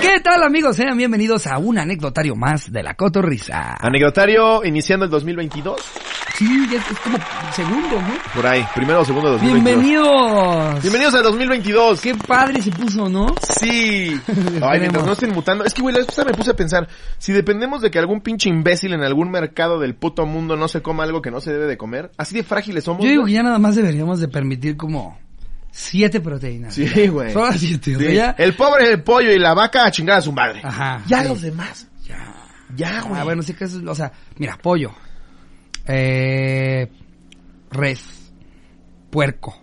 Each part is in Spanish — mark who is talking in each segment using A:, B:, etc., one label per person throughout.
A: ¿Qué tal amigos? Sean bienvenidos a un anecdotario más de la Cotorrisa.
B: Anecdotario iniciando el 2022.
A: Sí, ya es, es como segundo, ¿no?
B: Por ahí, primero o segundo de 2022.
A: Bienvenidos.
B: Bienvenidos al 2022.
A: Qué padre se puso, ¿no?
B: Sí. Ay, mientras no estén mutando. Es que, güey, la vez pasada me puse a pensar, si dependemos de que algún pinche imbécil en algún mercado del puto mundo no se coma algo que no se debe de comer, así de frágiles somos.
A: Yo digo que
B: güey.
A: ya nada más deberíamos de permitir como siete proteínas.
B: Sí, güey.
A: Solo siete, o sea,
B: Sí.
A: ya-
B: El pobre el pollo y la vaca a chingar a su madre.
A: Ajá.
B: Ya
A: Sí.
B: los demás.
A: Ya.
B: Ya, güey.
A: Ah, bueno, sí que es, o sea, mira, pollo, eh, res, puerco,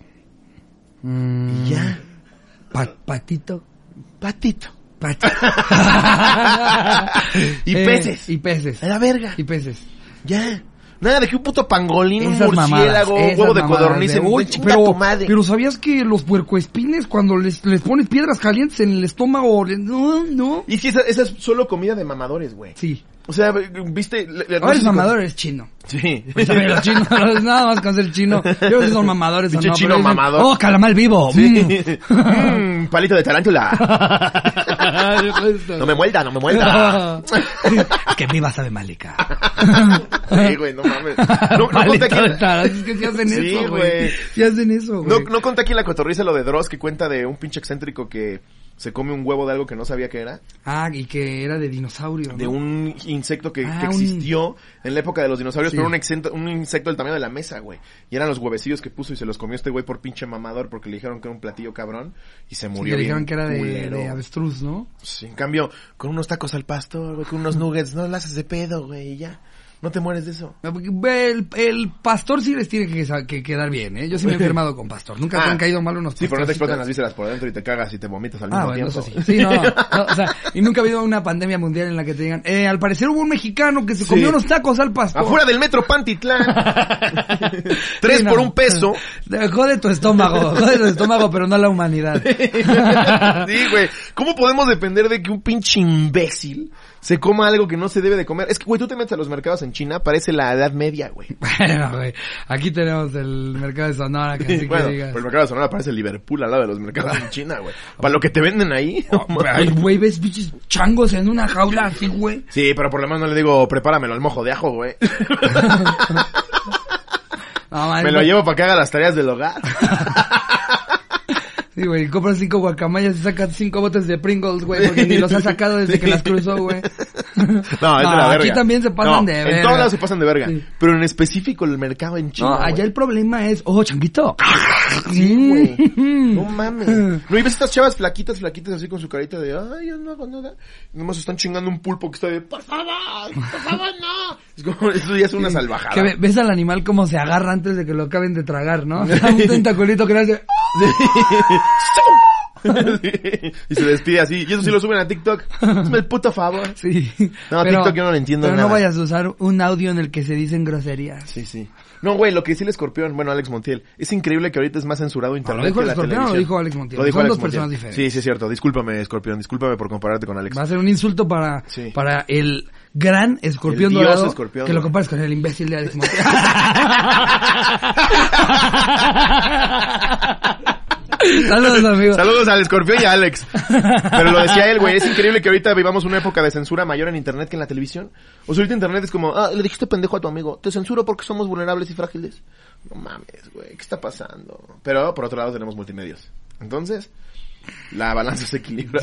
A: mm,
B: Ya.
A: pa- patito,
B: Patito.
A: patito.
B: Y
A: Eh,
B: peces.
A: Y peces.
B: A la verga.
A: Y peces.
B: Ya. Nada de que un puto pangolín, un
A: Esas mamadas,
B: murciélago, un
A: esas
B: huevo de
A: mamadas
B: codorniz en
A: uy,
B: un chinga
A: pero,
B: tu madre.
A: pero ¿sabías que los puercoespines cuando les, les pones piedras calientes en el estómago, le- no, no?
B: Y si esa, esa es solo comida de mamadores, güey.
A: Sí.
B: O sea, viste... Le, le-
A: Ahora eres mamador, eres chino.
B: Sí.
A: Pues, a ver, los chinos, nada más con ser chino. Yo no sé si son mamadores o
B: Pinche
A: no.
B: chino
A: pero dicen,
B: mamador.
A: Oh, calamar vivo.
B: Sí.
A: mm".
B: Mm, palito de tarántula. No me muelda, no me muelda.
A: que viva sabe malica.
B: Sí, güey, no mames. No, no
A: Maldita
B: conté aquí-
A: ventana, Es que si hacen
B: Sí,
A: eso, güey.
B: güey.
A: Si hacen eso,
B: No,
A: güey.
B: no conté aquí en la cotorriza lo de Dross que cuenta de un pinche excéntrico que se come un huevo de algo que no sabía que era.
A: Ah, y que era de dinosaurio. ¿no?
B: De un insecto que,
A: Ah,
B: que
A: un-
B: existió en la época de los dinosaurios,
A: Sí.
B: pero un, exento- un insecto del tamaño de la mesa, güey. Y eran los huevecillos que puso y se los comió este güey por pinche mamador porque le dijeron que era un platillo cabrón y se
A: Sí,
B: murió.
A: que le
B: bien
A: dijeron que era de,
B: culero.
A: de avestruz, ¿no?
B: Sí, en cambio, con unos tacos al pastor, güey, con unos nuggets, no las haces de pedo, güey, y ya. No te mueres de eso.
A: No, Ah, porque, ve, El, el pastor sí les tiene que, sa- que quedar bien, ¿eh? Yo sí me he enfermado con pastor. Nunca te
B: Ah.
A: han caído mal unos
B: Sí, pero no te explotan
A: pastorcitos.
B: las vísceras por dentro y te cagas y te vomitas al mismo
A: Ah, bueno,
B: tiempo.
A: eso sí. Sí, no, no, no, o sea, y nunca ha habido una pandemia mundial en la que te digan, eh, al parecer hubo un mexicano que se
B: Sí.
A: comió unos tacos al pastor.
B: Afuera del metro Pantitlán. Tres
A: Sí, no.
B: por un peso.
A: Jode tu estómago, jode tu estómago, pero no la humanidad.
B: sí, güey. ¿Cómo podemos depender de que un pinche imbécil se coma algo que no se debe de comer? Es que, güey, tú te metes a los mercados en China, parece la Edad Media, güey.
A: Bueno, güey, aquí tenemos el mercado de Sonora, que así que
B: bueno,
A: digas.
B: pues el mercado de Sonora parece Liverpool al lado de los mercados en China, güey. Para lo que te venden ahí. no
A: Ay,
B: mames.
A: Oh, güey, ves bichos changos en una jaula así, güey.
B: Sí, pero por lo menos no le digo, prepáramelo al mojo de ajo, güey.
A: No, mames,
B: Me lo
A: güey.
B: llevo para que haga las tareas del hogar.
A: Sí, güey, compras cinco guacamayas y sacas cinco botes de Pringles, güey, porque ni los ha sacado desde que las cruzó, güey.
B: No, es de la verga.
A: Aquí también se pasan
B: No,
A: de verga.
B: En todos lados se pasan de verga.
A: Sí.
B: Pero en específico el mercado en China.
A: No, allá
B: güey.
A: el problema es, oh, changuito.
B: Sí, güey.
A: Mm.
B: No mames. No, y ves estas chavas flaquitas, flaquitas así con su carita de, ay, yo no hago nada. Y nomás están chingando un pulpo que está de, por favor, por favor, no. Es como, eso ya es una salvajada.
A: Que ve- ves al animal como se agarra antes de que lo acaben de tragar, ¿no? Un tentaculito que le hace...
B: Sí. y se despide así. Y eso sí lo suben a TikTok. Hazme el puto favor.
A: Sí.
B: No, TikTok yo no le entiendo
A: Pero no
B: nada.
A: vayas a usar un audio en el que se dicen groserías.
B: Sí, sí. No, güey, lo que decía el escorpión, bueno, Alex Montiel, es increíble que ahorita es más censurado internet.
A: dijo
B: que
A: el
B: la
A: Escorpión o lo
B: televisión.
A: dijo Alex Montiel?
B: Lo dijo
A: Son
B: Alex
A: dos personas
B: Montiel.
A: diferentes.
B: Sí, sí, es cierto. Discúlpame, escorpión, discúlpame por compararte con Alex.
A: Va a ser un insulto para,
B: Sí.
A: para el gran escorpión
B: El dios
A: dorado
B: escorpión.
A: que lo compares con el imbécil de Alex Montiel. Saludos, amigos.
B: Saludos al escorpión y a Alex. Pero lo decía él, güey, es increíble que ahorita vivamos una época de censura mayor en internet que en la televisión. O sea, ahorita internet es como, ah, le dijiste pendejo a tu amigo, te censuro porque somos vulnerables y frágiles. No mames, güey, ¿qué está pasando? Pero por otro lado tenemos multimedios. Entonces, la balanza se equilibra.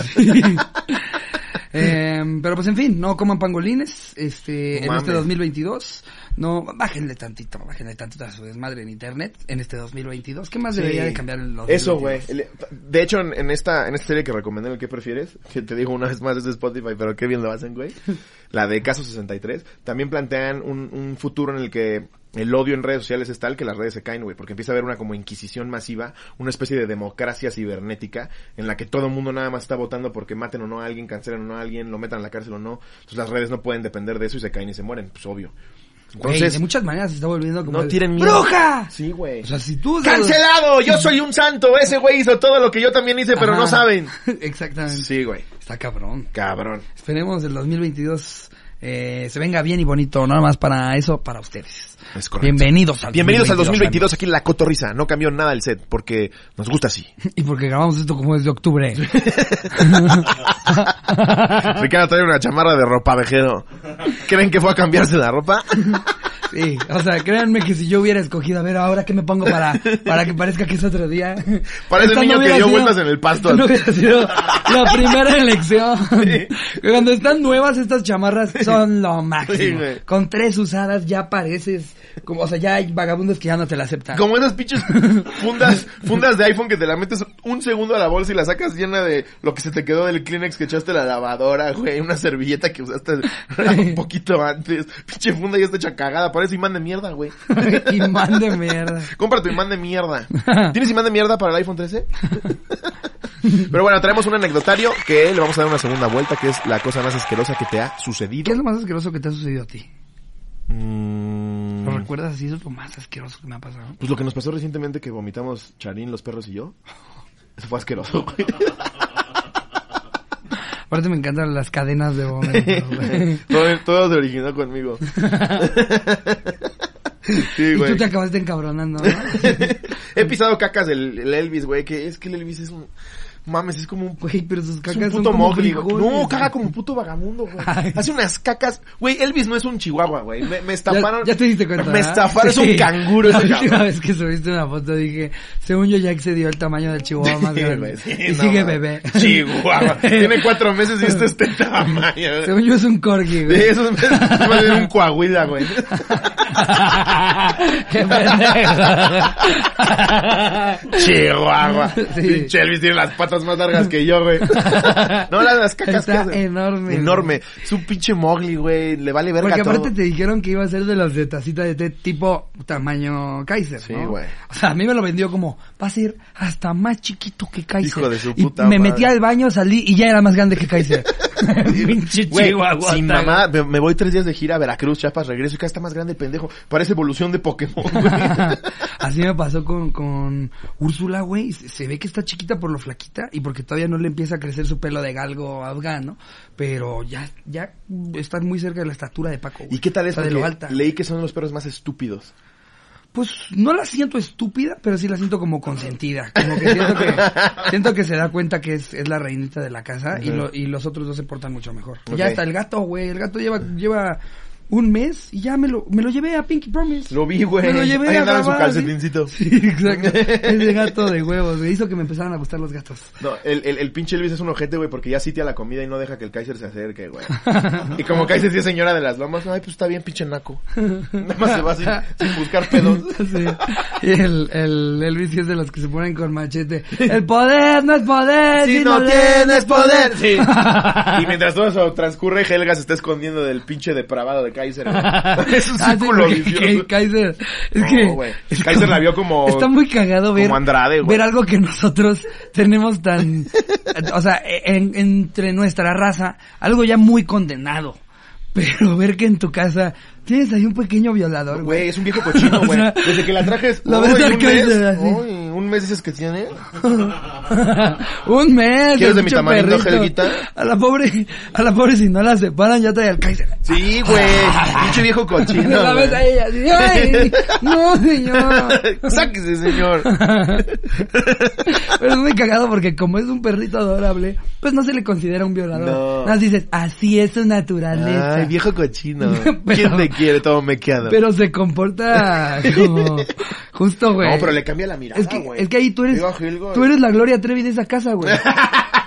A: Em, pero pues en fin, no coman pangolines este en
B: Mames.
A: este 2022. No, bájenle tantito, bájenle tantito a su desmadre en internet en este 2022. ¿Qué más debería
B: Sí.
A: de cambiar en los
B: Eso, güey. El- De hecho, en, en esta en esta serie que recomendé, en el que prefieres, que te digo una vez más, es de Spotify, pero qué bien lo hacen, güey. La de Caso 63. También plantean un, un futuro en el que el odio en redes sociales es tal que las redes se caen, güey. Porque empieza a haber una como inquisición masiva, una especie de democracia cibernética, en la que todo el mundo nada más está votando porque maten o no a alguien, cancelen o no a alguien, lo metan a la cárcel o no. Entonces las redes no pueden depender de eso y se caen y se mueren, pues obvio.
A: Entonces,
B: Entonces,
A: de muchas maneras se está volviendo como
B: no
A: el-
B: tienen miedo.
A: ¡Bruja!
B: Sí, güey.
A: O sea, si tú
B: ¡Cancelado! Yo soy un santo. Ese güey hizo todo lo que yo también hice, pero
A: Ajá.
B: no saben.
A: Exactamente.
B: Sí, güey.
A: Está cabrón.
B: Cabrón.
A: Esperemos el 2022 eh, se venga bien y bonito, nada más para eso, para ustedes.
B: Es correcto.
A: Bienvenidos al
B: Bienvenidos al 2022 aquí en La Cotorrisa. No cambió nada el set porque nos gusta así.
A: Y porque grabamos esto como desde octubre.
B: Ricardo trae una chamarra de ropa vejero. ¿Creen que fue a cambiarse la ropa?
A: Sí, o sea, créanme que si yo hubiera escogido, a ver, ahora que me pongo para, para que parezca que es otro día.
B: Parece
A: Esta
B: el niño que
A: hubiera
B: dio vueltas en el pasto.
A: esta No hubiera sido la primera elección. Cuando están nuevas estas chamarras son lo máximo.
B: güey.
A: Con tres usadas ya pareces, como, o sea, ya hay vagabundos que ya no te la aceptan.
B: Como esas pinches fundas, fundas de iPhone que te la metes un segundo a la bolsa y la sacas llena de lo que se te quedó del Kleenex que echaste a la lavadora, güey. Una servilleta que usaste un poquito antes. Pinche funda ya está hecha cagada. Parece imán de mierda, güey.
A: y man de mierda.
B: Compra tu imán de mierda. ¿Tienes imán de mierda para el iPhone 13? Pero bueno, traemos un anecdotario que le vamos a dar una segunda vuelta, que es la cosa más asquerosa que te ha
A: ¿Qué
B: sucedido.
A: es lo más asqueroso que te ha sucedido a ti?
B: Mm,
A: ¿Lo recuerdas así? Eso es lo más asqueroso que me ha pasado.
B: Pues lo que nos pasó recientemente que vomitamos Charín, los perros y yo. Eso fue asqueroso, güey.
A: Aparte me encantan las cadenas de vómito. güey.
B: todo, todo se originó conmigo. Sí,
A: y tú
B: güey.
A: te acabaste encabronando, ¿no?
B: He pisado cacas del el Elvis, güey, que es que el Elvis es un... Mames, es como un...
A: Güey, pero sus
B: Es
A: cacas
B: un
A: son
B: puto
A: como
B: mogli, güey.
A: frijoles.
B: No, caga como un puto vagabundo, güey.
A: Ay.
B: Hace unas cacas. Güey, Elvis no es un chihuahua, güey. Me, me estafaron.
A: Ya, ya te diste cuenta.
B: Me
A: ¿verdad?
B: estafaron. Es un
A: Sí.
B: canguro
A: La
B: ese
A: última
B: cabrón.
A: vez que subiste una foto dije, según yo ya excedió el tamaño del chihuahua más
B: Sí,
A: grande.
B: güey, sí,
A: y
B: no,
A: sigue
B: mames.
A: bebé.
B: Chihuahua. Tiene cuatro meses y este es este tamaño.
A: según yo es un corgi, güey.
B: De eso es es más bien un coahuila, güey.
A: Qué pendejo.
B: Chihuahua.
A: Sí.
B: Pinche Elvis tiene las patas más largas que yo, güey. No, las, las cacas
A: Está
B: que hace.
A: enorme,
B: Enorme. Es un pinche mogli, güey. Le vale verga
A: Porque
B: todo.
A: aparte te dijeron que iba a ser de los de tacita de té tipo tamaño Kaiser,
B: Sí,
A: ¿no?
B: güey.
A: O sea, a mí me lo vendió como, va a ser hasta más chiquito que Kaiser.
B: Hijo de su
A: Y
B: puta
A: me
B: madre.
A: metí al baño, salí y ya era más grande que Kaiser. Pinche
B: Güey,
A: chihuahua.
B: Sin
A: está-
B: mamá, me, me voy tres días de gira a Veracruz, Chiapas, regreso y acá está más grande el pendejo. Parece evolución de Pokémon, güey.
A: Así me pasó con, con Úrsula, güey. Se, se ve que está chiquita por lo flaquita y porque todavía no le empieza a crecer su pelo de galgo afgano. Pero ya, ya están muy cerca de la estatura de Paco. güey.
B: ¿Y qué tal
A: O
B: es?
A: sea, de
B: Porque
A: lo alta.
B: Leí que son los perros más estúpidos.
A: Pues no la siento estúpida, pero sí la siento como consentida. Como que siento que, siento que se da cuenta que es, es la reinita de la casa y,
B: Ujú.
A: lo- y los otros dos se portan mucho mejor.
B: Ok.
A: Ya está el gato, güey. El gato lleva, lleva un mes y ya me lo, me lo llevé a Pinky Promise.
B: Lo vi, güey.
A: Me lo llevé
B: Ahí
A: a
B: andaba en su
A: grabar, ¿sí?
B: calcetincito.
A: Sí, exacto. Ese gato de huevos, me hizo que me empezaran a gustar los gatos.
B: No, el, el, el pinche Elvis es un ojete, güey, porque ya sitia la comida y no deja que el Kaiser se acerque, güey. Y como Kaiser sí es señora de las lomas, ay, pues está bien, pinche naco. Nada más se va sin, sin buscar pedos.
A: Sí. Y el, el Elvis que es de los que se ponen con machete. El poder no es poder,
B: Si
A: si
B: no
A: le-
B: tienes poder. Sí. Y mientras todo eso transcurre, Helga se está escondiendo del pinche depravado de Kaiser. güey. Es un
A: Ah, sí,
B: círculo
A: porque-
B: vicioso.
A: que Kaiser, es
B: No,
A: que
B: güey.
A: es
B: Kaiser la vio como-
A: está muy cagado ver
B: como Andrade, güey.
A: ver algo que nosotros tenemos tan o sea, en- entre nuestra raza, algo ya muy condenado. Pero ver que en tu casa tienes ahí un pequeño violador,
B: Güey, es un viejo cochino,
A: O
B: güey.
A: sea,
B: Desde que la traje es...
A: la
B: uy,
A: ves al
B: un
A: Kaiser
B: mes,
A: así.
B: uy, un mes dices que tiene.
A: un mes.
B: ¿Quieres de mi
A: pinche
B: tamarindo,
A: perrito.
B: Helguita?
A: A la pobre, a la pobre si no la separan ya trae al Kaiser.
B: Sí, güey. Pinche viejo cochino,
A: la ves
B: güey.
A: a ella así, "Ay, no señor.
B: Sáquese, señor.
A: Pero es muy cagado porque como es un perrito adorable, pues no se le considera un violador.
B: No.
A: Nada más dices, así es su naturaleza.
B: Ay, viejo cochino.
A: Pero-
B: ¿Quién te quiere todo mequeado?
A: Pero se comporta como justo, güey.
B: no, pero le cambia la mirada,
A: es que,
B: güey.
A: es que ahí tú eres,
B: Digo, Helgo,
A: tú eres la Gloria Trevi de esa casa, güey.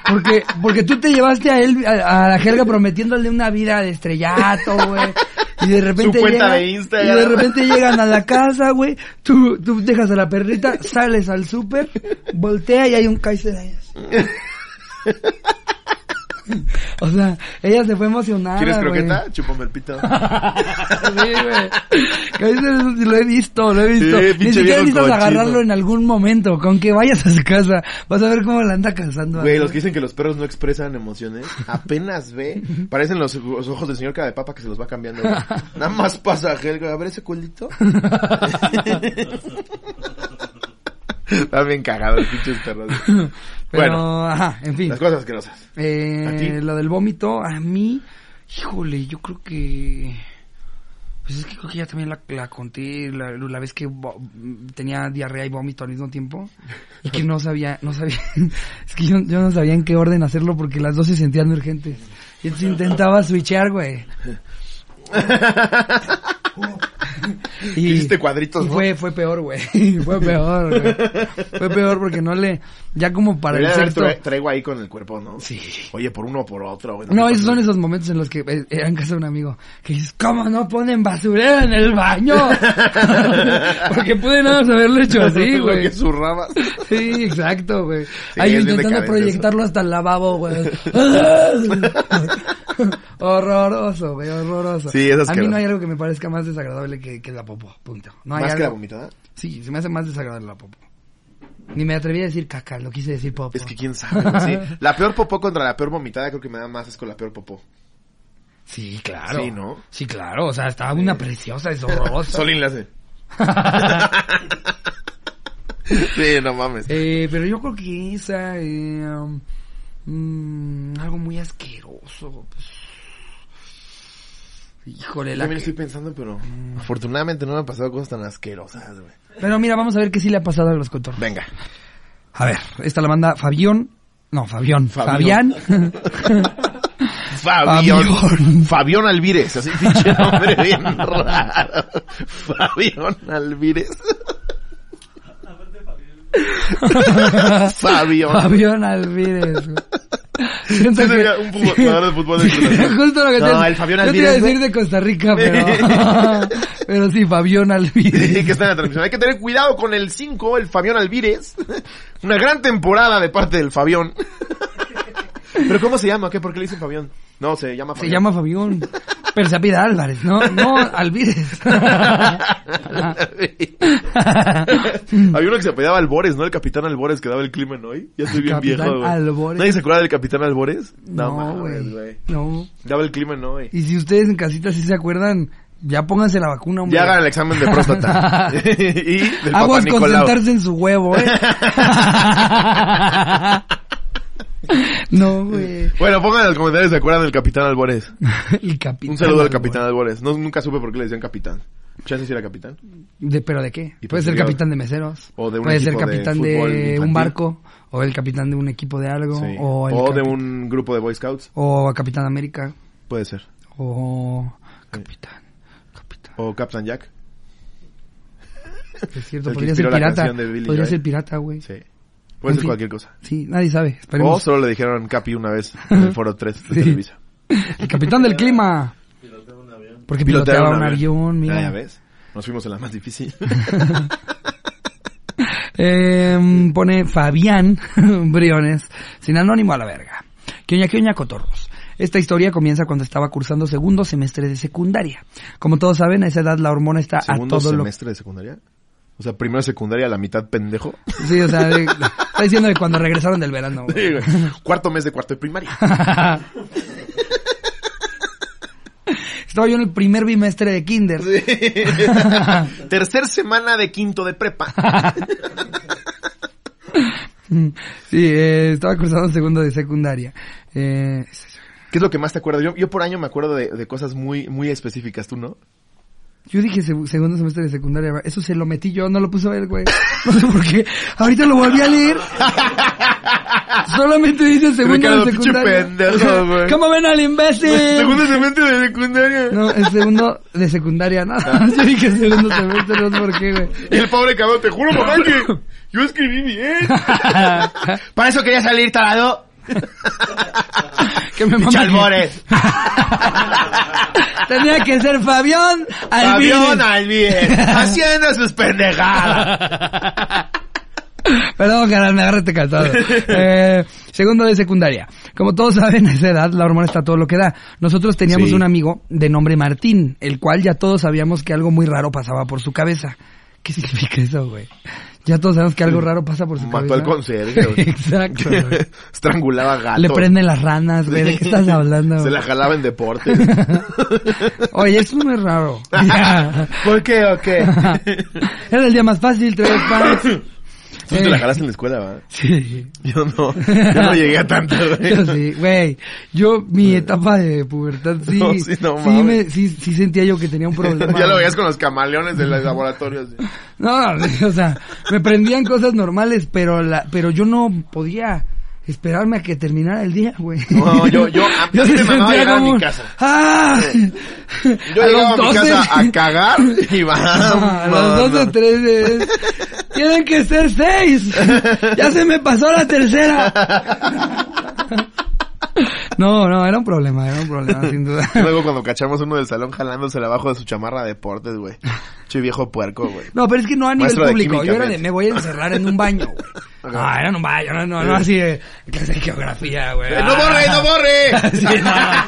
A: Porque, porque tú te llevaste a él, a, a la Helga prometiéndole una vida de estrellato, güey. Y de repente
B: Su cuenta
A: llega-
B: de Instagram.
A: Y de repente llegan a la casa, güey. Tú, tú dejas a la perrita, sales al súper, voltea y hay un Kaiser ahí. así. O sea, ella se fue emocionada.
B: ¿Quieres
A: güey.
B: croqueta? Chúpame el pito.
A: Sí, güey. Kaiser, eso sí lo he visto, lo he visto.
B: Sí,
A: Ni
B: pinche
A: siquiera
B: viejo
A: necesitas
B: cochino.
A: agarrarlo en algún momento. Con que vayas a su casa, vas a ver cómo la anda cazando.
B: Güey, los que dicen que los perros no expresan emociones, apenas ve, parecen los, los ojos del señor cara de papa que se los va cambiando. güey. Nada más pasa, Helga, a ver ese culito. Está bien cagado el pinche perro.
A: Pero,
B: Bueno,
A: ajá, en fin.
B: las cosas asquerosas. ¿a ti?
A: Eh, lo del vómito, a mí, Híjole, yo creo que... Pues es que creo que ya también la, la conté la, la vez que vo- tenía diarrea y vómito al mismo tiempo y que no sabía, no sabía, es que yo, yo no sabía en qué orden hacerlo porque las dos se sentían urgentes. Y entonces intentaba switchear, güey. Y-
B: Hiciste cuadritos,
A: y
B: ¿no?
A: fue, fue peor, güey. Fue peor, güey. Fue peor porque no le, ya como para el
B: Debería dar
A: sexto.
B: tra- traigo ahí con el cuerpo, ¿no?
A: Sí.
B: Oye, por uno o por otro, güey.
A: No, esos son
B: esos...
A: esos momentos en los que eh, era en casa de un amigo que dices, ¿cómo no ponen basurera en el baño? Porque pude nada más haberlo hecho así, güey.
B: que zurrabas.
A: Sí, exacto, güey. Ahí
B: es bien
A: intentando
B: decadente
A: proyectarlo hasta el lavabo, güey. horroroso, güey, horroroso.
B: Sí, es
A: A mí
B: asqueroso.
A: no hay algo que me parezca más desagradable que, que la popo, punto. No hay
B: Más que la
A: algo...
B: vomitada.
A: Sí, se me hace más desagradable la popo. Ni me atreví a decir caca, lo quise decir popo.
B: Es que quién sabe, güey, sí. La peor popó contra la peor vomitada creo que me da más asco la peor popó.
A: Sí, claro.
B: Sí, ¿no? Eh.
A: Sí, claro, o sea, estaba una preciosa, es horrorosa.
B: Solín la hace. sí, no mames.
A: Eh, pero yo creo que esa, eh, um, mm, algo muy asqueroso. pues. Híjole, la
B: También
A: que- Mm.
B: estoy pensando, pero afortunadamente no me han pasado cosas tan asquerosas, güey.
A: Pero mira, vamos a ver qué sí le ha pasado a los cotorros.
B: Venga.
A: A ver, esta la manda Fabión. No, Fabión.
B: Fabión.
A: Fabián.
B: Fabión.
A: Fabión.
B: Fabión Alvírez, así pinche nombre bien raro. Fabión Alvírez. Fabión.
A: Fabión Alvírez. güey. Siento
B: Sí,
A: que-
B: sería un fu- jugador de fútbol de Cruz Azul.
A: Justo lo que
B: No,
A: te-
B: el Fabión
A: Yo te iba a
B: Alvírez,
A: decir
B: ¿no?
A: de Costa Rica, pero... pero sí, Fabión Alvírez.
B: Sí, que está en la transmisión. Hay que tener cuidado con el 5, el Fabián Alvírez. Una gran temporada de parte del Fabión. ¿Pero cómo se llama? ¿Qué? ¿Por qué le dicen Fabián? No, se llama
A: Se
B: Fabián.
A: llama Fabián. Pero se apida Álvarez, ¿no? No, Alvírez.
B: Había uno que se apellidaba Albores, ¿no? El Capitán Albores que daba el clima hoy. Ya estoy bien
A: Capitán
B: viejo, güey.
A: Albores.
B: ¿Nadie se acuerda del Capitán Albores?
A: No,
B: mames,
A: güey. No.
B: Daba el clima hoy.
A: Y si ustedes en casita sí se acuerdan, ya pónganse la vacuna, hombre.
B: Ya hagan el examen de próstata. y del Papá
A: Aguas con
B: Nicolau.
A: sentarse en su huevo, ¿eh? no, güey.
B: Bueno, pongan en los comentarios si se acuerdan del Capitán Albores.
A: El capitán.
B: Un saludo al
A: güey.
B: Capitán Albores. No, nunca supe por qué le decían Capitán. Chance si era Capitán.
A: De, ¿Pero de qué?
B: Y
A: Puede ser
B: posterior.
A: capitán de meseros.
B: O de un
A: Puede ser
B: equipo de
A: capitán
B: fútbol
A: de, un
B: infantil.
A: barco. O el capitán de un equipo de algo.
B: Sí.
A: O, el
B: O de
A: capi-
B: un grupo de Boy Scouts.
A: O capitán América.
B: Puede ser.
A: O capitán. Capitán.
B: O Captain Jack.
A: Es cierto,
B: El que
A: podría ser
B: inspiró la
A: pirata.
B: canción de Billy
A: Podría
B: Joel.
A: ser pirata, güey. Sí.
B: Sí. Puede
A: En
B: ser
A: fin.
B: cualquier cosa.
A: nadie sabe.
B: O
A: Esperemos.
B: solo le dijeron Capi una vez en el foro 3 de
A: Sí.
B: Televisa.
A: El capitán del clima. Porque piloteaba un avión,
B: Ah, ya
A: mira.
B: ves. Nos fuimos a la más difícil.
A: Eh, pone Fabián Briones, sin anónimo a la verga. Que oña, que oña, cotorros. Esta historia comienza cuando estaba cursando segundo semestre de secundaria. Como todos saben, a esa edad la hormona está
B: ¿Segundo
A: a todo lo
B: semestre de secundaria? O sea, primero de secundaria, la mitad pendejo.
A: Sí, o sea, de- está diciendo de cuando regresaron del verano. güey.
B: Sí, güey. cuarto mes de cuarto de primaria.
A: Estaba yo en el primer bimestre de kinder.
B: Tercer semana de quinto de prepa.
A: Sí, eh, estaba cursando segundo de secundaria. Eh,
B: ¿Qué es lo que más te acuerdas? Yo, yo por año me acuerdo de, de cosas muy, muy específicas, ¿tú no?
A: yo dije seg- segundo semestre de secundaria. ¿verdad? Eso se lo metí yo, no lo puso él, güey. No sé por qué. Ahorita lo volví a leer. Solamente dice segundo
B: Ricardo,
A: de
B: pinche
A: secundaria.
B: pendejo, güey.
A: ¿Cómo ven al imbécil?
B: semestre de secundaria.
A: Eh. No, es segundo de secundaria, ¿no? Yo dije segundo semestre, no sé por qué, güey.
B: Y el pobre cabrón, te juro, mamá, que yo escribí bien. Para eso quería salir tarado.
A: Que me mama
B: Pinche
A: que-
B: albores.
A: Tenía que ser Fabián
B: Fabián
A: Alvírez.
B: Alvírez, haciendo sus
A: Ah,
B: pendejadas.
A: Perdón, carnal, me agarré cansado. Eh, segundo de secundaria. Como todos saben, a esa edad la hormona está todo lo que da. Nosotros teníamos
B: Sí.
A: un amigo de nombre Martín, el cual ya todos sabíamos que algo muy raro pasaba por su cabeza. ¿Qué significa eso, güey? Ya todos sabemos que algo raro pasa por su
B: Pues Mató al
A: cabeza.
B: conserje, güey.
A: Exacto. güey.
B: Estrangulaba gatos.
A: Le prenden las ranas, güey. ¿De qué estás hablando?
B: Se la jalaba en deportes.
A: Oye, eso es muy raro.
B: ¿Por qué o qué?
A: Era el día más fácil, tres pants.
B: Tú te la jalaste en la escuela, ¿verdad?
A: Sí.
B: Yo no, yo no llegué a tanto, güey.
A: Yo sí, güey. Yo, mi etapa de pubertad, sí.
B: No, sí, no
A: sí,
B: mames.
A: me- sí, sí sentía yo que tenía un problema.
B: ya lo veías con los camaleones de los laboratorios.
A: No, o sea, me prendían cosas normales, pero la, pero yo no podía esperarme a que terminara el día, güey.
B: No, yo- yo- a mí me mamaba llegar a mi
A: un-
B: casa.
A: ¡Ah!
B: Yo
A: A
B: llegaba a mi
A: los 12.
B: casa a cagar y va.
A: A los dos o tres veces. Tienen que ser seis. Ya se me pasó la tercera. No, no, era un problema, era un problema, sin duda.
B: Y Luego cuando cachamos uno del salón jalándosela abajo de su chamarra de deportes, güey. Che viejo puerco, güey.
A: No, pero es que no a nivel
B: Maestro de
A: público.
B: química,
A: Yo era de,
B: ¿ves?
A: me voy a encerrar en un baño, güey. Ah, era en un baño, no, no, no así de clase de geografía, güey.
B: Eh, ¡No borre, no
A: Así,
B: borre!
A: no, no.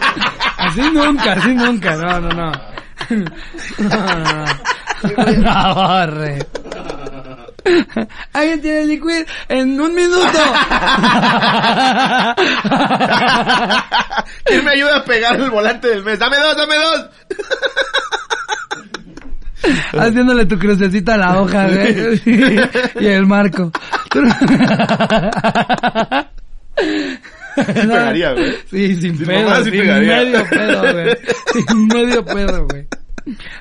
A: Así nunca, así nunca, no, no, no. No, no, no. No, borre. eh. Alguien tiene liquid en un minuto.
B: ¿Quién me ayuda a pegar el volante del mes? ¡Dame dos, dame dos!
A: Haciéndole tu crucecita a la hoja, güey. Y el marco.
B: Sí pegaría, güey.
A: Sí, sin
B: Sin
A: pedo,
B: mamá, sí
A: sin
B: pegaría.
A: medio pedo, güey. Sin medio pedo, güey.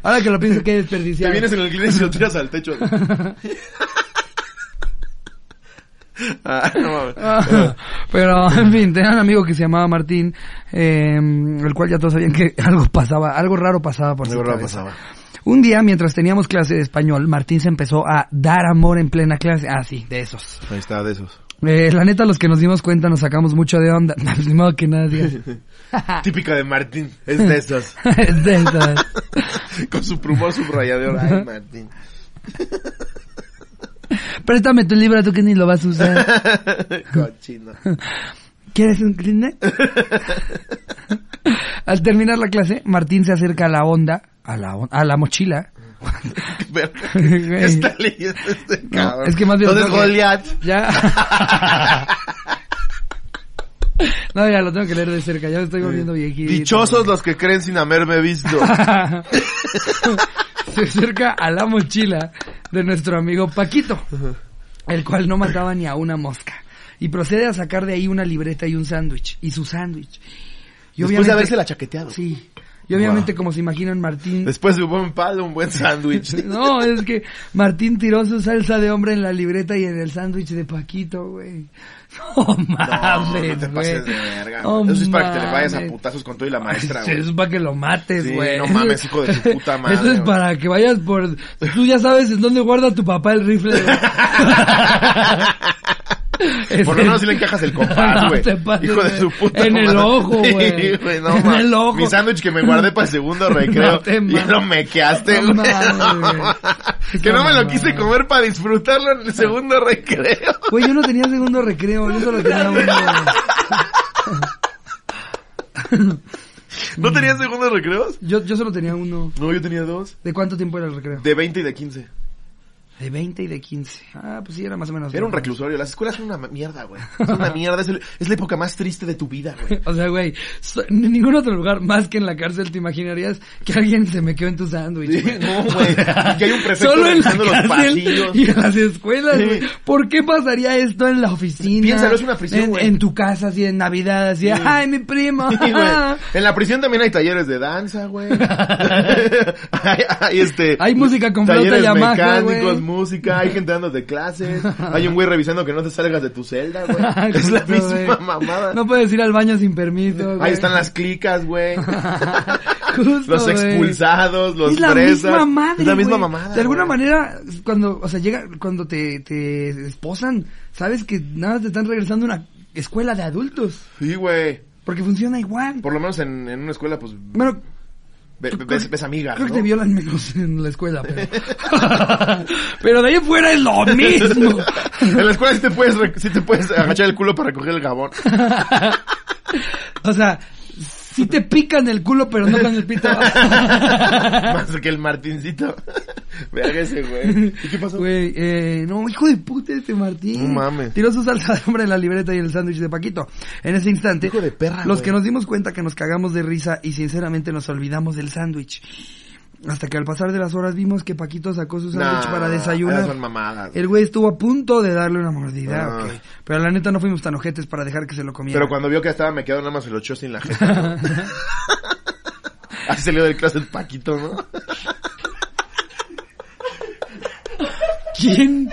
A: Ahora que lo pienso, que
B: Te
A: desperdiciado.
B: vienes en el cliente y lo tiras al techo. güey. ah, no mames.
A: Ah, Pero, en fin, tenía un amigo que se llamaba Martín, eh, el cual ya todos sabían que algo pasaba, algo raro pasaba por su
B: Algo raro
A: cabeza.
B: pasaba.
A: Un día, mientras teníamos clase de español, Martín se empezó a dar amor en plena clase. Ah, sí, de esos.
B: Ahí está, de esos.
A: Eh, la neta, los que nos dimos cuenta nos sacamos mucho de onda. Ni modo que nada digas.
B: Típica de Martín, es de esos.
A: Es de esas.
B: Con su plumón subrayador. Ay, Martín.
A: Préstame tu libro, tú que ni lo vas a usar.
B: Cochino.
A: ¿Quieres un Kleenex? Al terminar la clase, Martín se acerca a la onda, a la, on- a la mochila.
B: Verga.
A: Güey.
B: Está leyendo este
A: No,
B: cabrón.
A: es que más bien
B: Entonces,
A: creo que-
B: Goliat.
A: Ya. No, ya lo tengo que leer de cerca, ya me estoy volviendo
B: Eh,
A: viejito.
B: Dichosos los que creen sin haberme visto.
A: se acerca a la mochila de nuestro amigo Paquito, el cual no mataba ni a una mosca. Y procede a sacar de ahí una libreta y un sándwich. Y su sándwich. Y
B: Después de habérsela chaqueteado.
A: Sí. Y obviamente, como se imaginan, Martín...
B: Después de un buen palo, un buen sándwich.
A: No, es que Martín tiró su salsa de hombre en la libreta y en el sándwich de Paquito, güey. No mames,
B: no te
A: güey.
B: pases de verga.
A: No
B: güey. Eso sí es para que te le
A: mames.
B: vayas a putazos con todo y la maestra,
A: Sí,
B: güey.
A: Eso es para que lo mates,
B: Sí,
A: güey.
B: no mames, hijo de su puta madre,
A: Eso es
B: güey.
A: para que vayas por... Tú ya sabes en dónde guarda tu papá el rifle, güey. Es
B: Por lo
A: el-
B: menos si le encajas el compás,
A: No
B: güey.
A: te pases,
B: Hijo de
A: güey.
B: su puta
A: En el
B: madre.
A: ojo,
B: Sí,
A: güey.
B: no
A: en
B: mames.
A: el ojo.
B: Mi sándwich que me guardé para el segundo recreo.
A: No te
B: y
A: mames.
B: lo mequeaste,
A: No
B: güey.
A: mames, güey.
B: que no me lo
A: mamada.
B: quise comer para disfrutarlo en el segundo recreo.
A: Güey, yo no tenía segundo recreo, yo solo tenía uno.
B: ¿No tenías
A: Mm.
B: segundos recreos?
A: Yo, yo solo tenía uno.
B: No, yo tenía dos.
A: ¿De cuánto tiempo era el recreo?
B: De 20 y de 15.
A: De 20 y de 15. Ah, pues sí, era más o menos.
B: Era un reclusorio. Las escuelas son una ma- mierda, güey. Es una mierda. Es, el- es la época más triste de tu vida, güey.
A: O sea, güey, so- en ningún otro lugar más que en la cárcel te imaginarías que alguien se me quedó en tu sándwich.
B: Sí,
A: güey.
B: no, güey.
A: O sea,
B: Y que hay un prefecto
A: Solo en la
B: revisando los
A: cárcel
B: pasillos.
A: y en las escuelas,
B: Sí.
A: güey. ¿Por qué pasaría esto en la oficina?
B: Piénsalo, es una prisión,
A: en,
B: güey.
A: en tu casa, así, en Navidad, así, ¡ay, mi primo!
B: Sí, güey. En la prisión también hay talleres de danza, güey. hay, hay, este,
A: Hay música con flauta
B: talleres
A: y hamaca,
B: mecánicos,
A: güey.
B: música, hay gente dándote clases, hay un güey revisando que no te salgas de tu celda, güey. es la
A: Justo,
B: misma
A: güey.
B: mamada.
A: No puedes ir al baño sin permiso.
B: Ahí
A: güey.
B: están las clicas, güey.
A: Justo,
B: los
A: güey.
B: expulsados, los
A: es la
B: presas.
A: misma madre.
B: es la misma
A: güey.
B: mamada.
A: De alguna
B: güey.
A: manera, cuando, o sea, llega, cuando te, te esposan, sabes que nada más te están regresando a una escuela de adultos.
B: Sí, güey.
A: Porque funciona igual.
B: Por lo menos en, en una escuela, pues,
A: Bueno,
B: ve-
A: creo
B: ves,
A: que-
B: ves amigas,
A: creo que
B: ¿no?
A: te violan menos en la escuela, pero. pero de ahí fuera es lo mismo.
B: en la escuela sí te puedes, re- sí te puedes agachar el culo para recoger el jabón.
A: o sea, sí te pican el culo, pero no con el pito.
B: Más que el martincito. Verga ese, güey. ¿Y qué pasó?
A: Güey, eh, no, hijo de puta este
B: No
A: Martín.
B: mames.
A: Tiró su salsa de hombre en la libreta y el sándwich de Paquito. En ese instante,
B: Hijo de perra,
A: los
B: güey.
A: que nos dimos cuenta que nos cagamos de risa y sinceramente nos olvidamos del sándwich. Hasta que al pasar de las horas vimos que Paquito sacó su sándwich
B: Nah,
A: para desayunar.
B: esas son mamadas.
A: El güey estuvo a punto de darle una mordida,
B: Ah.
A: ok. Pero la neta no fuimos tan ojetes para dejar que se lo comiera.
B: Pero cuando vio que estaba me quedó nada más el ocho sin la jeta. ¿no? Así salió del closet Paquito, ¿no?
A: ¿Quién,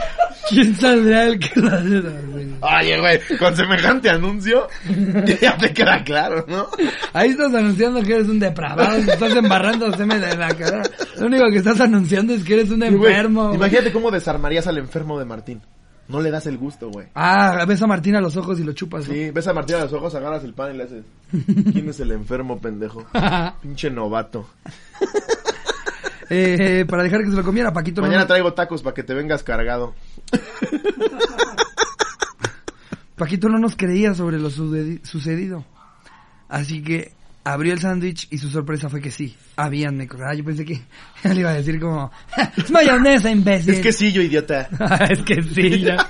A: quién saldrá el que la hace dar, güey?
B: Oye, güey, con semejante anuncio, ya te queda claro, ¿no?
A: Ahí estás anunciando que eres un depravado, estás embarrando semen de la cara. Lo único que estás anunciando es que eres un
B: Y, güey,
A: enfermo. güey.
B: imagínate cómo desarmarías al enfermo de Martín. No le das el gusto, güey.
A: Ah, ves a Martín a los ojos y lo chupas. ¿no?
B: Sí, ves a Martín a los ojos, agarras el pan y le haces. ¿Quién es el enfermo, pendejo? Pinche novato.
A: Eh, eh, para dejar que se lo comiera, Paquito. no-
B: Mañana traigo tacos para que te vengas cargado.
A: Paquito no nos creía sobre lo sude- sucedido. Así que abrió el sándwich y su sorpresa fue que sí, habían necro. Ah, yo pensé que le iba a decir como, "Ja, es mayonesa, imbécil.
B: Es que sí, yo idiota.
A: es que sí, ya.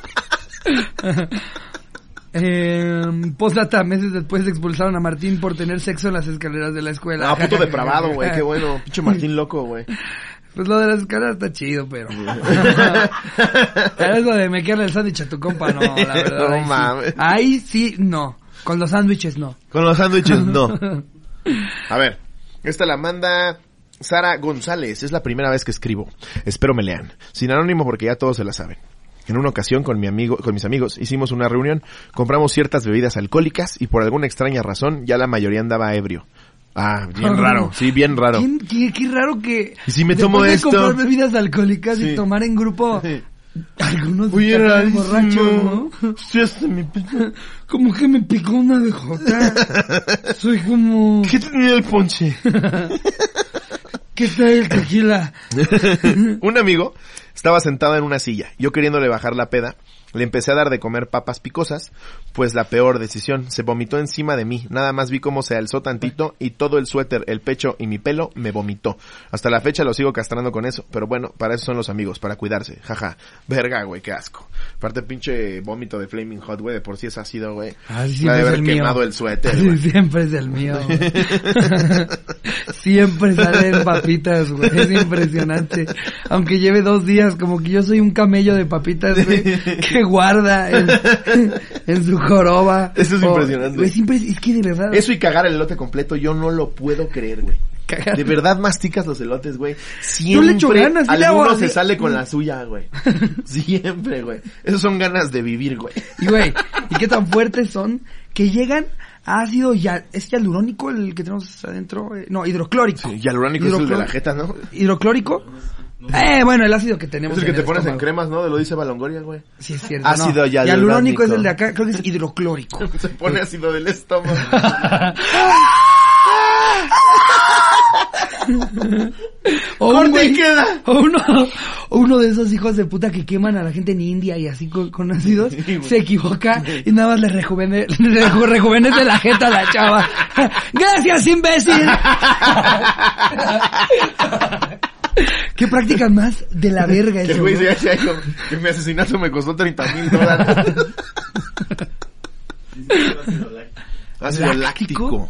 A: eh, postdata, meses después expulsaron a Martín por tener sexo en las escaleras de la escuela.
B: Ah, puto depravado, güey, qué bueno. Pinche Martín loco, güey.
A: Pues lo de las escaleras está chido, pero... Pero eso de me queda el sándwich a tu compa, no, la verdad.
B: No
A: ahí sí.
B: mames.
A: Ahí sí, no. Con los sándwiches, no.
B: Con los sándwiches, no. A ver, esta la manda Sara González. Es la primera vez que escribo. Espero me lean. Sin anónimo porque ya todos se la saben. En una ocasión con mi amigo, con mis amigos, hicimos una reunión, compramos ciertas bebidas alcohólicas y por alguna extraña razón ya la mayoría andaba ebrio. Ah, bien raro, sí, bien raro.
A: ¿Quién- qué, qué raro que...
B: ¿Y si me tomo
A: después de
B: esto?
A: comprar bebidas alcohólicas y
B: Sí.
A: tomar en grupo...
B: Sí.
A: Algunos están borrachos, ¿no?
B: Sí, hasta mi pito.
A: Como que me picó una de jota. Soy como...
B: ¿Qué tenía el ponche?
A: ¿Qué tal el tequila?
B: un amigo estaba sentado en una silla. Yo queriéndole bajar la peda, le empecé a dar de comer papas picosas, pues la peor decisión. Se vomitó encima de mí. Nada más vi cómo se alzó tantito y todo el suéter, el pecho y mi pelo me vomitó. Hasta la fecha lo sigo castrando con eso, pero bueno, para eso son los amigos, para cuidarse. Jaja. Verga, güey, qué asco. Aparte pinche vómito de Flaming Hot, güey, de por sí es ácido, güey.
A: Así
B: La de
A: siempre Ah, es
B: haber
A: el mío.
B: quemado el suéter,
A: Así
B: güey.
A: siempre es el mío, güey. Siempre salen papitas, güey. Es impresionante. Aunque lleve dos días, como que yo soy un camello de papitas, güey, que guarda en, en su joroba.
B: Eso es
A: O-
B: impresionante.
A: güey, siempre es, es que de verdad.
B: Eso y cagar el elote completo, yo no lo puedo creer, güey.
A: Cagar.
B: De verdad masticas los elotes, güey.
A: Yo
B: Siempre
A: le echo ganas, dile a
B: alguno
A: Borges.
B: se sale con la suya, güey. Siempre, güey. Esas son ganas de vivir, güey.
A: Y güey, ¿y qué tan fuertes son que llegan a ácido ya es hialurónico el que tenemos adentro? Eh, no, hidroclórico.
B: Sí, hialurónico es el de la
A: Hidroclor-
B: jeta, ¿no?
A: ¿Hidroclórico? Eh, bueno, el ácido que tenemos.
B: Es el que
A: en
B: te pones en
A: estómago.
B: cremas, ¿no? De lo dice Balongoria, güey.
A: Sí, es cierto.
B: Ácido
A: no.
B: hialurónico.
A: Hialurónico es el de acá, creo que es hidroclórico.
B: Se pone ácido del estómago.
A: O
B: Corte y
A: güey-
B: queda.
A: O uno, o uno de esos hijos de puta que queman a la gente en India y así con, con ácidos,
B: Sí, güey.
A: se equivoca y nada más le rejuvene, le reju- rejuvenece la jeta a la chava. ¡Gracias, imbécil! ¿Qué practican más de la verga
B: Que
A: eso,
B: el güey
A: no?
B: se hace algo. Que mi asesinato me costó 30 mil dólares. Ácido
A: ¿Láctico?
B: láctico.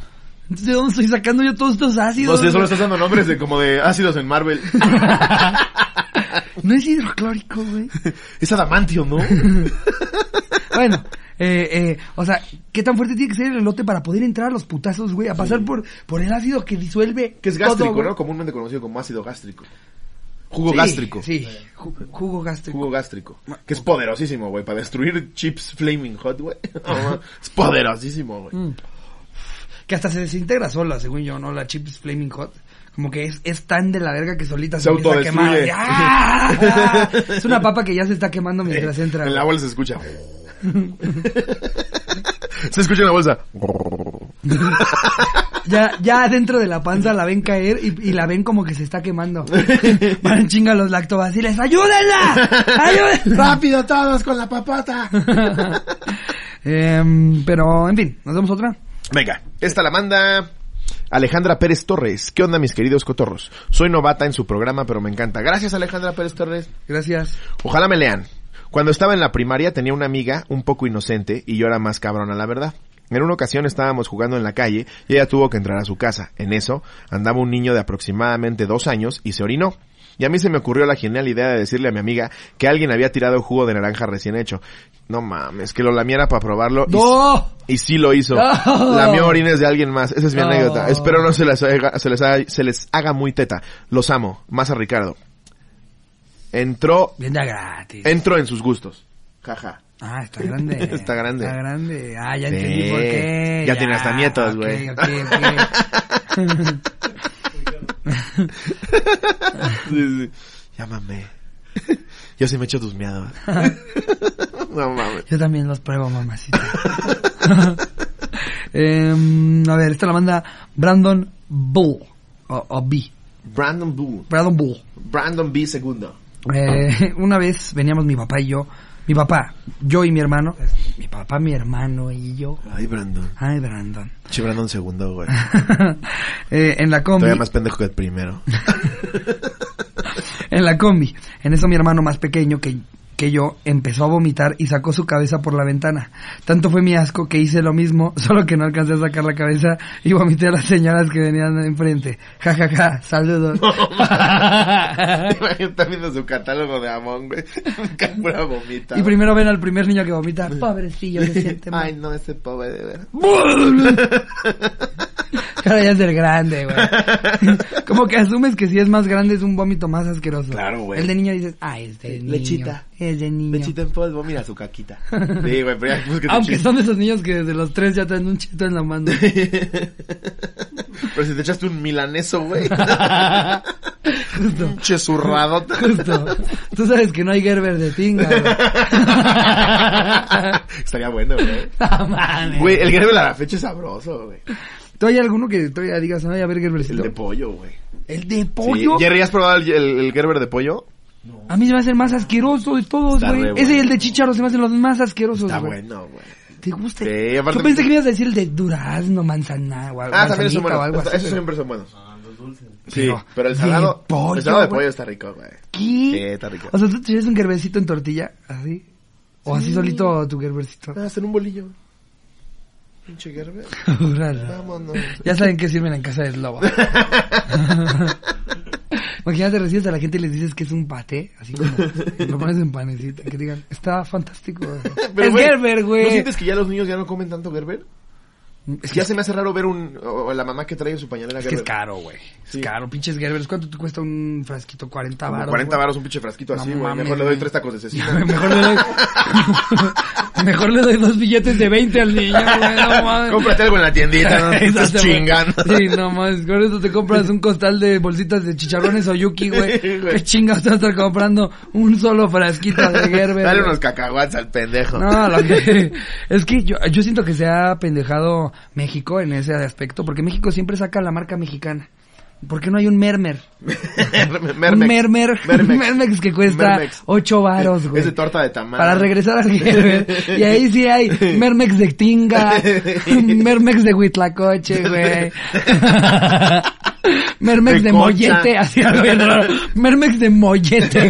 A: ¿De dónde estoy sacando yo todos estos
B: No
A: ácidos?
B: sé, solo estás dando nombres de como de ácidos en Marvel.
A: No es hidroclórico, güey.
B: Es adamantio, ¿no?
A: Bueno, eh, eh, o sea, ¿qué tan fuerte tiene que ser el elote para poder entrar a los putazos, güey? A pasar por, por el ácido que disuelve.
B: Que es
A: todo,
B: gástrico,
A: güey.
B: ¿no? Comúnmente conocido como ácido gástrico. Jugo
A: Sí,
B: gástrico.
A: Sí, ju- jugo gástrico.
B: Jugo gástrico. Que es poderosísimo, güey. Para destruir chips flaming hot, güey. es poderosísimo, güey.
A: Mm. Que hasta se desintegra sola, según yo, ¿no? La chips flaming hot. Como que es, es tan de la verga que solita se,
B: Se
A: empieza a quemar.
B: autodestruye.
A: ¡Ah! Es una papa que ya se está quemando mientras entra.
B: En la bolsa se escucha. se escucha en la bolsa.
A: Ya, ya dentro de la panza la ven caer y, y la ven como que se está quemando. Van chinga los lactobaciles. ¡Ayúdenla! ¡Ayúdenla!
B: ¡Rápido todos con la papata!
A: Em, pero, en fin, nos vemos otra.
B: Venga, esta la manda Alejandra Pérez Torres. ¿Qué onda, mis queridos cotorros? Soy novata en su programa, pero me encanta. Gracias, Alejandra Pérez Torres.
A: Gracias.
B: Ojalá me lean. Cuando estaba en la primaria tenía una amiga un poco inocente y yo era más cabrona, la verdad. En una ocasión estábamos jugando en la calle y ella tuvo que entrar a su casa. En eso andaba un niño de aproximadamente dos años y se orinó. Y a mí se me ocurrió la genial idea de decirle a mi amiga que alguien había tirado jugo de naranja recién hecho. No mames, que lo lamiera para probarlo. y-
A: ¡No!
B: Y sí lo hizo.
A: No.
B: Lamió orines de alguien más. Esa es mi
A: No.
B: anécdota. Espero no se les, haga, se, les haga, se les haga muy teta. Los amo. Más a Ricardo. Entró,
A: Bien da gratis.
B: entró en sus gustos. Jaja.
A: Ah, está grande.
B: Está grande.
A: Está grande. Ah, ya
B: Sí.
A: entendí por qué. Ah,
B: Ya tiene hasta nietos,
A: ok,
B: güey.
A: ok, ok.
B: Sí, sí. Llámame. Yo sí me echo tus miados. no mames.
A: Yo también los pruebo, mamacita. Em, a ver, esta la manda Brandon Bull. O, o B.
B: Brandon Bull.
A: Brandon Bull.
B: Brandon B. Segundo.
A: Eh, una vez veníamos mi papá y yo. Mi papá, yo y mi hermano. Mi papá, mi hermano y yo.
B: Ay, Brandon.
A: Ay, Brandon.
B: Che, Brandon Segundo, güey.
A: Eh, en la combi.
B: Todavía más pendejo que el primero.
A: en la combi. En eso mi hermano más pequeño que, que yo empezó a vomitar y sacó su cabeza por la ventana. Tanto fue mi asco que hice lo mismo, solo que no alcancé a sacar la cabeza y vomité a las señoras que venían enfrente. Ja, ja, ja, saludos.
B: Imagínate viendo su catálogo de Among, güey. Que pura vomita.
A: y primero "Este ven al primer niño que vomita. Pobrecillo, se siente mal.
B: no, ese pobre de ver.
A: Cara ya es del grande, güey. Como que asumes que si es más grande es un vómito más asqueroso.
B: Claro, güey.
A: El de niño dices, ah, es de niño.
B: Eh, Lechita.
A: Es de niño. Ah,
B: en polvo, mira su caquita. Sí, güey, pero ya pues, que te
A: Aunque
B: chis-
A: son de esos niños que desde los tres ya traen un chito en la mano.
B: Pero si te echaste un milaneso, güey.
A: Justo.
B: Che zurrado.
A: Justo. Tú sabes que no hay Gerber de tinga, güey.
B: Estaría bueno, güey.
A: No Ah, mames.
B: Güey, el greve de la fecha es sabroso, güey.
A: ¿Tú hay alguno que todavía digas, no, a ver
B: El
A: Gerbercito?
B: de pollo, güey.
A: ¿El de
B: Sí.
A: pollo? Pues,
B: Jerry, ¿has probado el, el- el Gerber de pollo?
A: A mí se me hace el más asqueroso de todos,
B: Está re
A: güey.
B: bueno.
A: Ese y el de chícharo se me hacen los más asquerosos,
B: Está
A: güey.
B: bueno, güey.
A: ¿Te gusta?
B: Sí, aparte-
A: Yo pensé que me ibas a decir el de durazno, manzana o algo
B: Ah, también son
A: manzanita o algo
B: buenos.
A: así.
B: Esos siempre son buenos. Sí,
A: Pero-
B: pero el
A: de
B: salado,
A: pollo,
B: el salado de
A: güey.
B: pollo está rico, güey.
A: ¿Qué?
B: Sí, está rico.
A: O sea, tú tienes un gerbercito en tortilla, así. O así solito tu gerbercito.
B: Ah, hacen un bolillo. Pinche Gerber.
A: Órale.
B: Vámonos.
A: ya saben que sirven en casa del lobo. Imagínate, recibes a la gente y les dices que es un paté, así como lo pones en panecita, que digan, está fantástico.
B: Pero,
A: es
B: güey,
A: Gerber,
B: ¿No
A: güey.
B: sientes que ya los niños ya no comen tanto Gerber? Es que ya se me hace raro ver un, o- o la mamá que trae en su pañalera
A: Es que
B: Gerber.
A: es caro, güey.
B: Sí.
A: Es caro, pinches Gerbers. ¿Cuánto te cuesta un frasquito? 40
B: Como
A: baros.
B: 40
A: güey.
B: varos un pinche frasquito así,
A: No
B: güey.
A: mames,
B: Mejor le doy
A: güey.
B: tres tacos de cecina.
A: Mejor le doy... Mejor le doy dos billetes de 20 al niño, güey. No mames.
B: Cómprate algo en la tiendita, no te estás
A: Exactamente.
B: chingando.
A: Sí, no mames. Con eso te compras un costal de bolsitas de chicharrones o yuki, güey.
B: Güey.
A: Qué chingados te vas a estar comprando un solo frasquito de Gerber.
B: Dale
A: güey?
B: unos cacahuates al pendejo.
A: No, lo que- es que yo, yo siento que se ha pendejado México en ese aspecto, porque México siempre saca la marca mexicana. ¿Por qué no hay un mermer?
B: Mermex.
A: Un mermer,
B: Mermex.
A: mermex. que cuesta
B: Mermex.
A: 8 varos, güey.
B: Es de torta de tamal.
A: Para regresar al Gerber. Y ahí sí hay mermex de tinga, mermex de huitlacoche, güey. Mermex
B: De
A: de,
B: concha.
A: mollete, así algo bien raro. Mermex de mollete,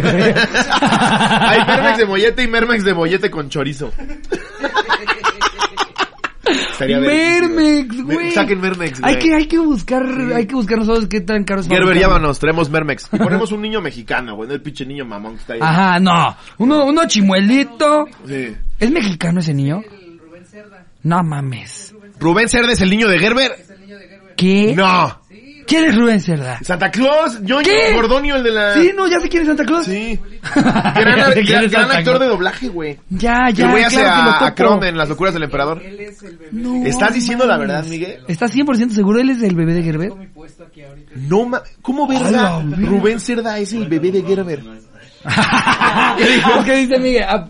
A: güey.
B: Hay Mermex de mollete y Mermex de mollete con chorizo. Estaría verguísima.
A: Mermex,
B: Me-
A: güey.
B: Saquen Mermex, güey.
A: Hay que, hay que buscar, hay que buscar nosotros qué tan caros
B: Gerber,
A: fabrican.
B: llámanos, traemos Mermex. Y ponemos un niño mexicano, güey, no el pinche niño mamón que está ahí.
A: Ajá, no. Uno, uno chimuelito.
B: Sí.
A: ¿Es mexicano ese niño? No mames.
B: ¿Rubén Cerda es el niño de Gerber?
A: ¿Qué?
B: No.
A: ¿Quién es Rubén Cerda?
B: Santa Claus, yo
A: ¿Qué?
B: Gordonio, el de la...
A: Sí, no, ya sé quién es Santa Claus.
B: Sí.
A: Ya sé
B: Gran,
A: quién
B: gran-
A: es
B: gran
A: Santa
B: actor de
A: Claus.
B: doblaje, güey.
A: Ya,
B: El
A: ya,
B: güey hace
A: claro que lo
B: a, a
A: topo.
B: Kron en Las locuras del emperador.
A: No
B: ¿Estás diciendo la
A: mames.
B: verdad, Miguel?
A: ¿Estás 100% seguro él es el bebé de Gerber?
B: No ma... ¿Cómo verga?
A: A la verga.
B: Rubén Cerda es el bebé de Gerber.
A: ¿Qué dice Miguel? Ap-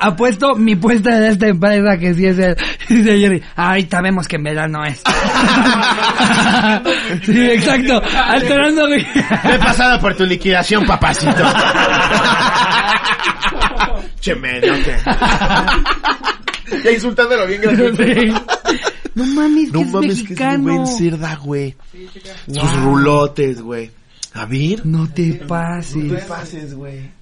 A: apuesto mi puesta de esta empresa que sí es el... Dice Jerry, ahorita vemos que en verdad no es. sí, exacto. Alterando mi...
B: He pasado por tu liquidación, papacito. che, men, ok. Ya insultándolo bien gracioso.
A: Sí. No mames,
B: No
A: que es
B: mames, que es
A: mexicano.
B: Rubén Cerda, güey. Sus rulotes, güey. A ver.
A: no te pases.
B: pases, güey.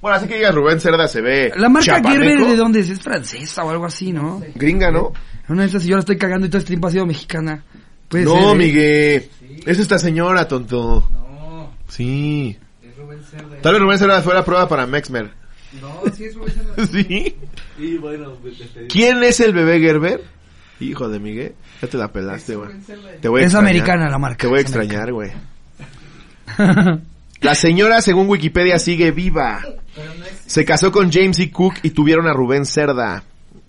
B: Bueno, así que digas Rubén Cerda se ve.
A: La marca
B: chapaneco.
A: Gerber de dónde es, es francesa o algo así, ¿no?
B: Gringa, ¿no?
A: Una de esas, si yo la estoy cagando y toda esta tiempo ha sido mexicana. Puede
B: no,
A: ser, ¿eh?
B: Miguel. Es esta señora, tonto.
C: No,
B: Sí.
C: es Rubén Cerda.
B: Tal vez Rubén Cerda fue la prueba para Mexmer.
C: No, sí es Rubén Cerda.
B: Sí.
C: Y bueno, pues, este,
B: ¿Quién es el bebé Gerber? Hijo de Miguel. Ya te la pelaste, güey. Te voy a
A: Es
B: extrañar.
A: americana la marca,
B: Te voy a
A: es
B: extrañar, güey. La señora, según Wikipedia, sigue viva.
C: pero no es
B: Se casó con James E. Cook y tuvieron a Rubén Cerda.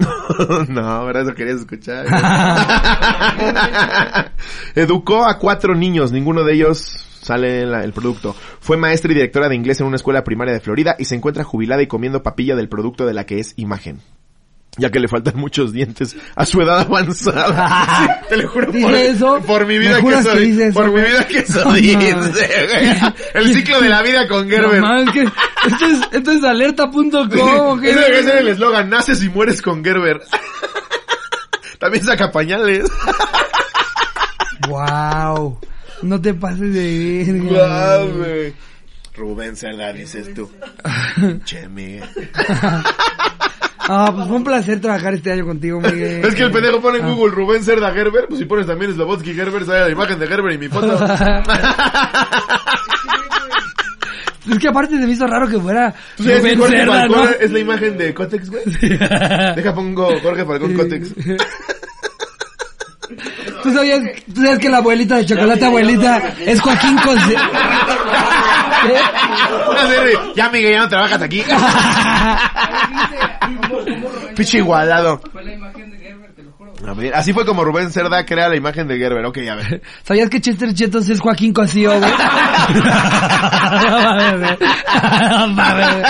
B: no, ¿verdad? Eso querías escuchar. Educó a cuatro niños, ninguno de ellos sale en la- el producto. Fue maestra y directora de inglés en una escuela primaria de Florida y se encuentra jubilada y comiendo papilla del producto de la que es imagen. Ya que le faltan muchos dientes a su edad avanzada. Sí, te lo juro
A: ¿Dice
B: por,
A: eso?
B: por mi
A: ¿Me
B: vida que
A: juras que
B: soy.
A: dice eso,
B: por mi
A: güey?
B: vida que
A: No
B: soy.
A: mames.
B: el ciclo de la vida con Gerber.
A: No, mames, que esto es, esto es alerta.com.
B: Ese debería ser el eslogan, naces y mueres con Gerber. También saca pañales.
A: Wow. No te pases de verga.
B: Guau, güey. Rubén Cerda, dices tú. Che, Miguel.
A: Ah, pues fue un placer trabajar este año contigo, Miguel.
B: Es que el pendejo pone
A: Ah.
B: en Google Rubén Cerda Gerber, pues si pones también Slobotsky Gerber, sale la imagen de Gerber y mi foto.
A: Es que aparte se me hizo raro que fuera
B: ¿Tú sabes que
A: Rubén
B: Jorge
A: Cerda,
B: Falcón
A: ¿no?
B: es la imagen de Cotex, güey? Deja pongo Jorge Falcón Cotex. eh.
A: ¿Tú sabías, tú sabías que la abuelita de chocolate abuelita es Joaquín Conce... ¿Eh?
B: Ahora sí, Rey, Ya, Miguel, ya no trabajas aquí. Picho igualado.
C: fue la imagen de Gerber, te lo juro.
B: A ver, así fue como Rubén Cerda crea la imagen de Gerber. Ok, a ver.
A: ¿Sabías que Chester Chetos es Joaquín Cosío, güey? No mames, güey. No mames, güey.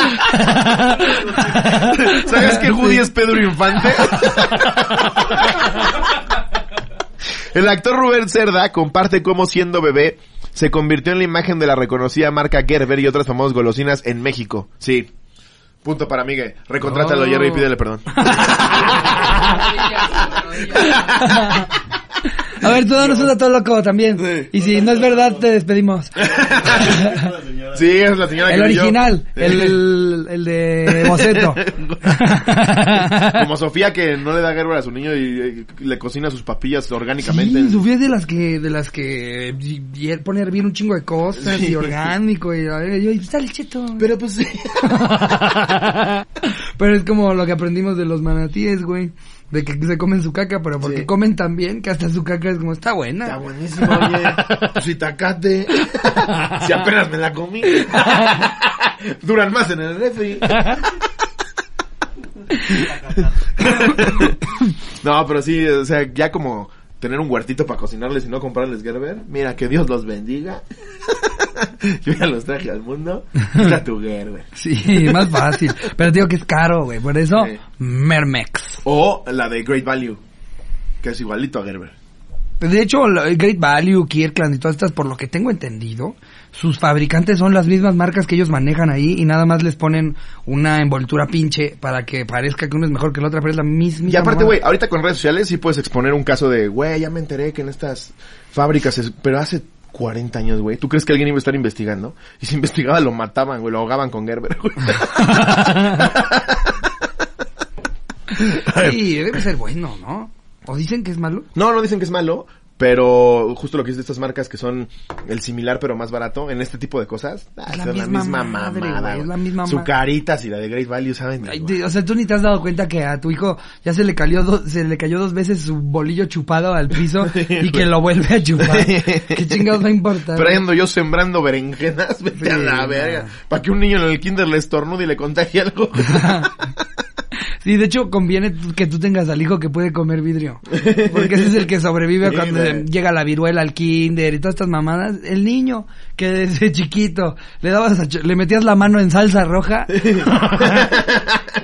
B: ¿Sabes que Woody es Pedro Infante? El actor Rubén Cerda comparte cómo siendo bebé se convirtió en la imagen de la reconocida marca Gerber y otras famosas golosinas en México. Sí. Punto para Miguel. Recontrátalo,
A: Oh.
B: Jerry, y pídele perdón.
A: A ver, tú danos un dato loco también.
B: Sí.
A: Y si no es verdad, te despedimos.
B: Sí, es la señora
A: El
B: que vi yo.
A: original, el, el, el de Boceto.
B: Como Sofía que no le da Gerber a su niño y, y le cocina sus papillas orgánicamente.
A: Sí, Sofía es de las que, de las que hier- pone a hervir un chingo de cosas
B: Sí.
A: y orgánico y a ver, yo, y sale cheto.
B: Pero pues sí.
A: Pero es como lo que aprendimos de los manatíes, güey. De que se comen su caca, pero porque
B: Sí.
A: comen tan bien que hasta su caca es como, está buena.
B: Está buenísimo, oye. Su itacate. Si apenas me la comí. Duran más en el refri. No, pero sí, o sea, ya como tener un huertito para cocinarles y no comprarles Gerber. Mira, que Dios los bendiga. Yo ya los traje al mundo. Está tu Gerber.
A: Sí, más fácil. Pero te digo que es caro, güey. Por eso,
B: Sí.
A: Mermex.
B: O la de Great Value, que es igualito a Gerber.
A: De hecho, la- Great Value, Kirkland y todas estas, por lo que tengo entendido, sus fabricantes son las mismas marcas que ellos manejan ahí y nada más les ponen una envoltura pinche para que parezca que uno es mejor que el otro, pero es la misma.
B: Y aparte,
A: mamada.
B: güey, ahorita con redes sociales sí puedes exponer un caso de, güey, ya me enteré que en estas fábricas, es- pero hace 40 años, güey, ¿tú crees que alguien iba a estar investigando? Y si investigaba lo mataban, güey, lo ahogaban con Gerber, güey.
A: Sí, debe ser bueno, ¿no? ¿O dicen que es malo?
B: No, no dicen que es malo, pero justo lo que dices de estas marcas que son el similar pero más barato en este tipo de cosas, ah,
A: Es la
B: esa es la
A: misma
B: misma
A: madre,
B: mamada,
A: güey, es la
B: güey.
A: misma
B: Su
A: ma-
B: caritas y la de Great Value, ¿saben?
A: Ay,
B: igual.
A: te- o sea, tú ni te has dado cuenta que a tu hijo ya se le cayó dos, se le cayó dos veces su bolillo chupado al piso y que lo vuelve a chupar. ¿Qué chingados va a importar?
B: Pero ahí ando yo sembrando berenjenas, vete a la
A: Sí,
B: verga.
A: no.
B: Para que un niño en el kinder le estornude y le contagie algo.
A: Sí, de hecho conviene t- que tú tengas al hijo que puede comer vidrio. Porque ese es el que sobrevive
B: Sí,
A: cuando
B: güey.
A: llega la viruela al kinder y todas estas mamadas. El niño que desde chiquito le dabas a ch- le metías la mano en salsa roja.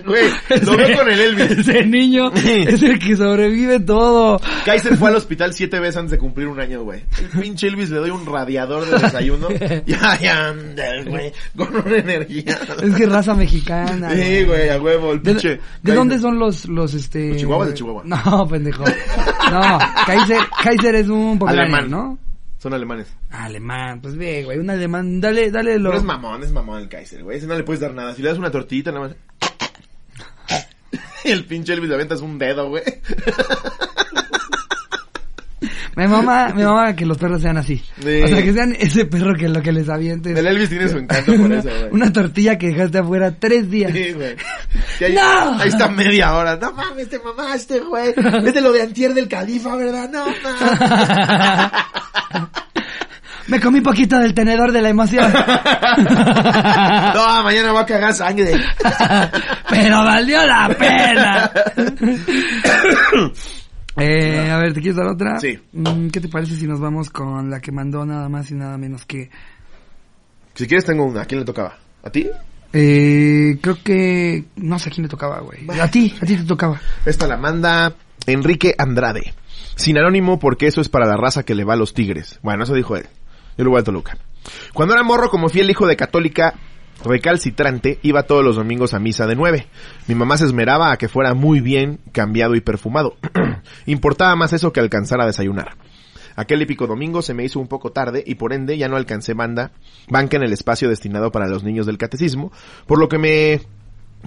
B: Güey, lo veo con el Elvis.
A: Ese niño es el que sobrevive todo.
B: Kaiser fue al hospital siete veces antes de cumplir un año, güey. El pinche Elvis le doy un radiador de desayuno. Y ahí anda, el güey, con una energía.
A: Es que raza mexicana.
B: Sí, güey, a huevo, el
A: ¿De,
B: pinche.
A: de dónde son los, los, este...
B: ¿Los chihuahuas de Chihuahua?
A: No, pendejo. No, Kaiser, Kaiser es un poblano,
B: Alemán.
A: ¿no?
B: Son alemanes.
A: Alemán, pues ve, güey, un alemán, dale, dale lo.
B: No es mamón, es mamón el Kaiser, güey. Ese no le puedes dar nada. Si le das una tortillita, nada más. Y el pinche Elvis le aventas un dedo, güey.
A: Mi mamá, mi mamá que los perros sean así.
B: Sí.
A: O sea, que sean ese perro que lo que les avientes.
B: El Elvis tiene su encanto por
A: una,
B: eso, güey.
A: una tortilla que dejaste afuera tres días.
B: Sí, güey. Y ahí,
A: ¡No!
B: ahí está media hora. No mames, te mamaste, güey. Es de lo de antier del califa, ¿verdad? No mames.
A: Me comí poquito del tenedor de la emoción.
B: No, mañana va a cagar sangre.
A: Pero valió la pena. Eh, a ver, ¿te quieres dar otra?
B: Sí.
A: Mm, ¿Qué te parece si nos vamos con la que mandó nada más y nada menos que...
B: Si quieres tengo una. ¿A quién le tocaba? ¿A ti?
A: Eh, creo que... No sé a quién le tocaba, güey. A ti, a ti te tocaba.
B: Esta la manda Enrique Andrade. Sin anónimo porque eso es para la raza que le va a los tigres. Bueno, eso dijo él. Yo lo voy a Toluca. Cuando era morro, como fiel hijo de católica recalcitrante, iba todos los domingos a misa de nueve. Mi mamá se esmeraba a que fuera muy bien cambiado y perfumado. Importaba más eso que alcanzar a desayunar. Aquel épico domingo se me hizo un poco tarde y por ende ya no alcancé banda, banca en el espacio destinado para los niños del catecismo, por lo que me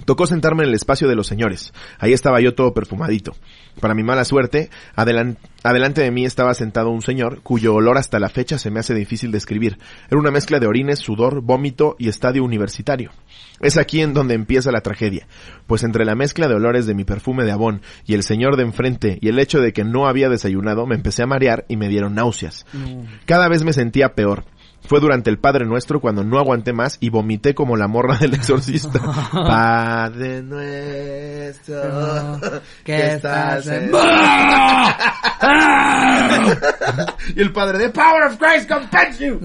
B: Tocó sentarme en el espacio de los señores. Ahí estaba yo todo perfumadito. Para mi mala suerte, adelan- adelante de mí estaba sentado un señor cuyo olor hasta la fecha se me hace difícil describir. Era una mezcla de orines, sudor, vómito y estadio universitario. Es aquí en donde empieza la tragedia, pues entre la mezcla de olores de mi perfume de abón y el señor de enfrente y el hecho de que no había desayunado me empecé a marear y me dieron náuseas. Cada vez me sentía peor. Fue durante el Padre Nuestro cuando no aguanté más y vomité como la morra del exorcista. Padre Nuestro, que estás en...
A: ¡Ah!
B: y el Padre, de power of Christ compels you.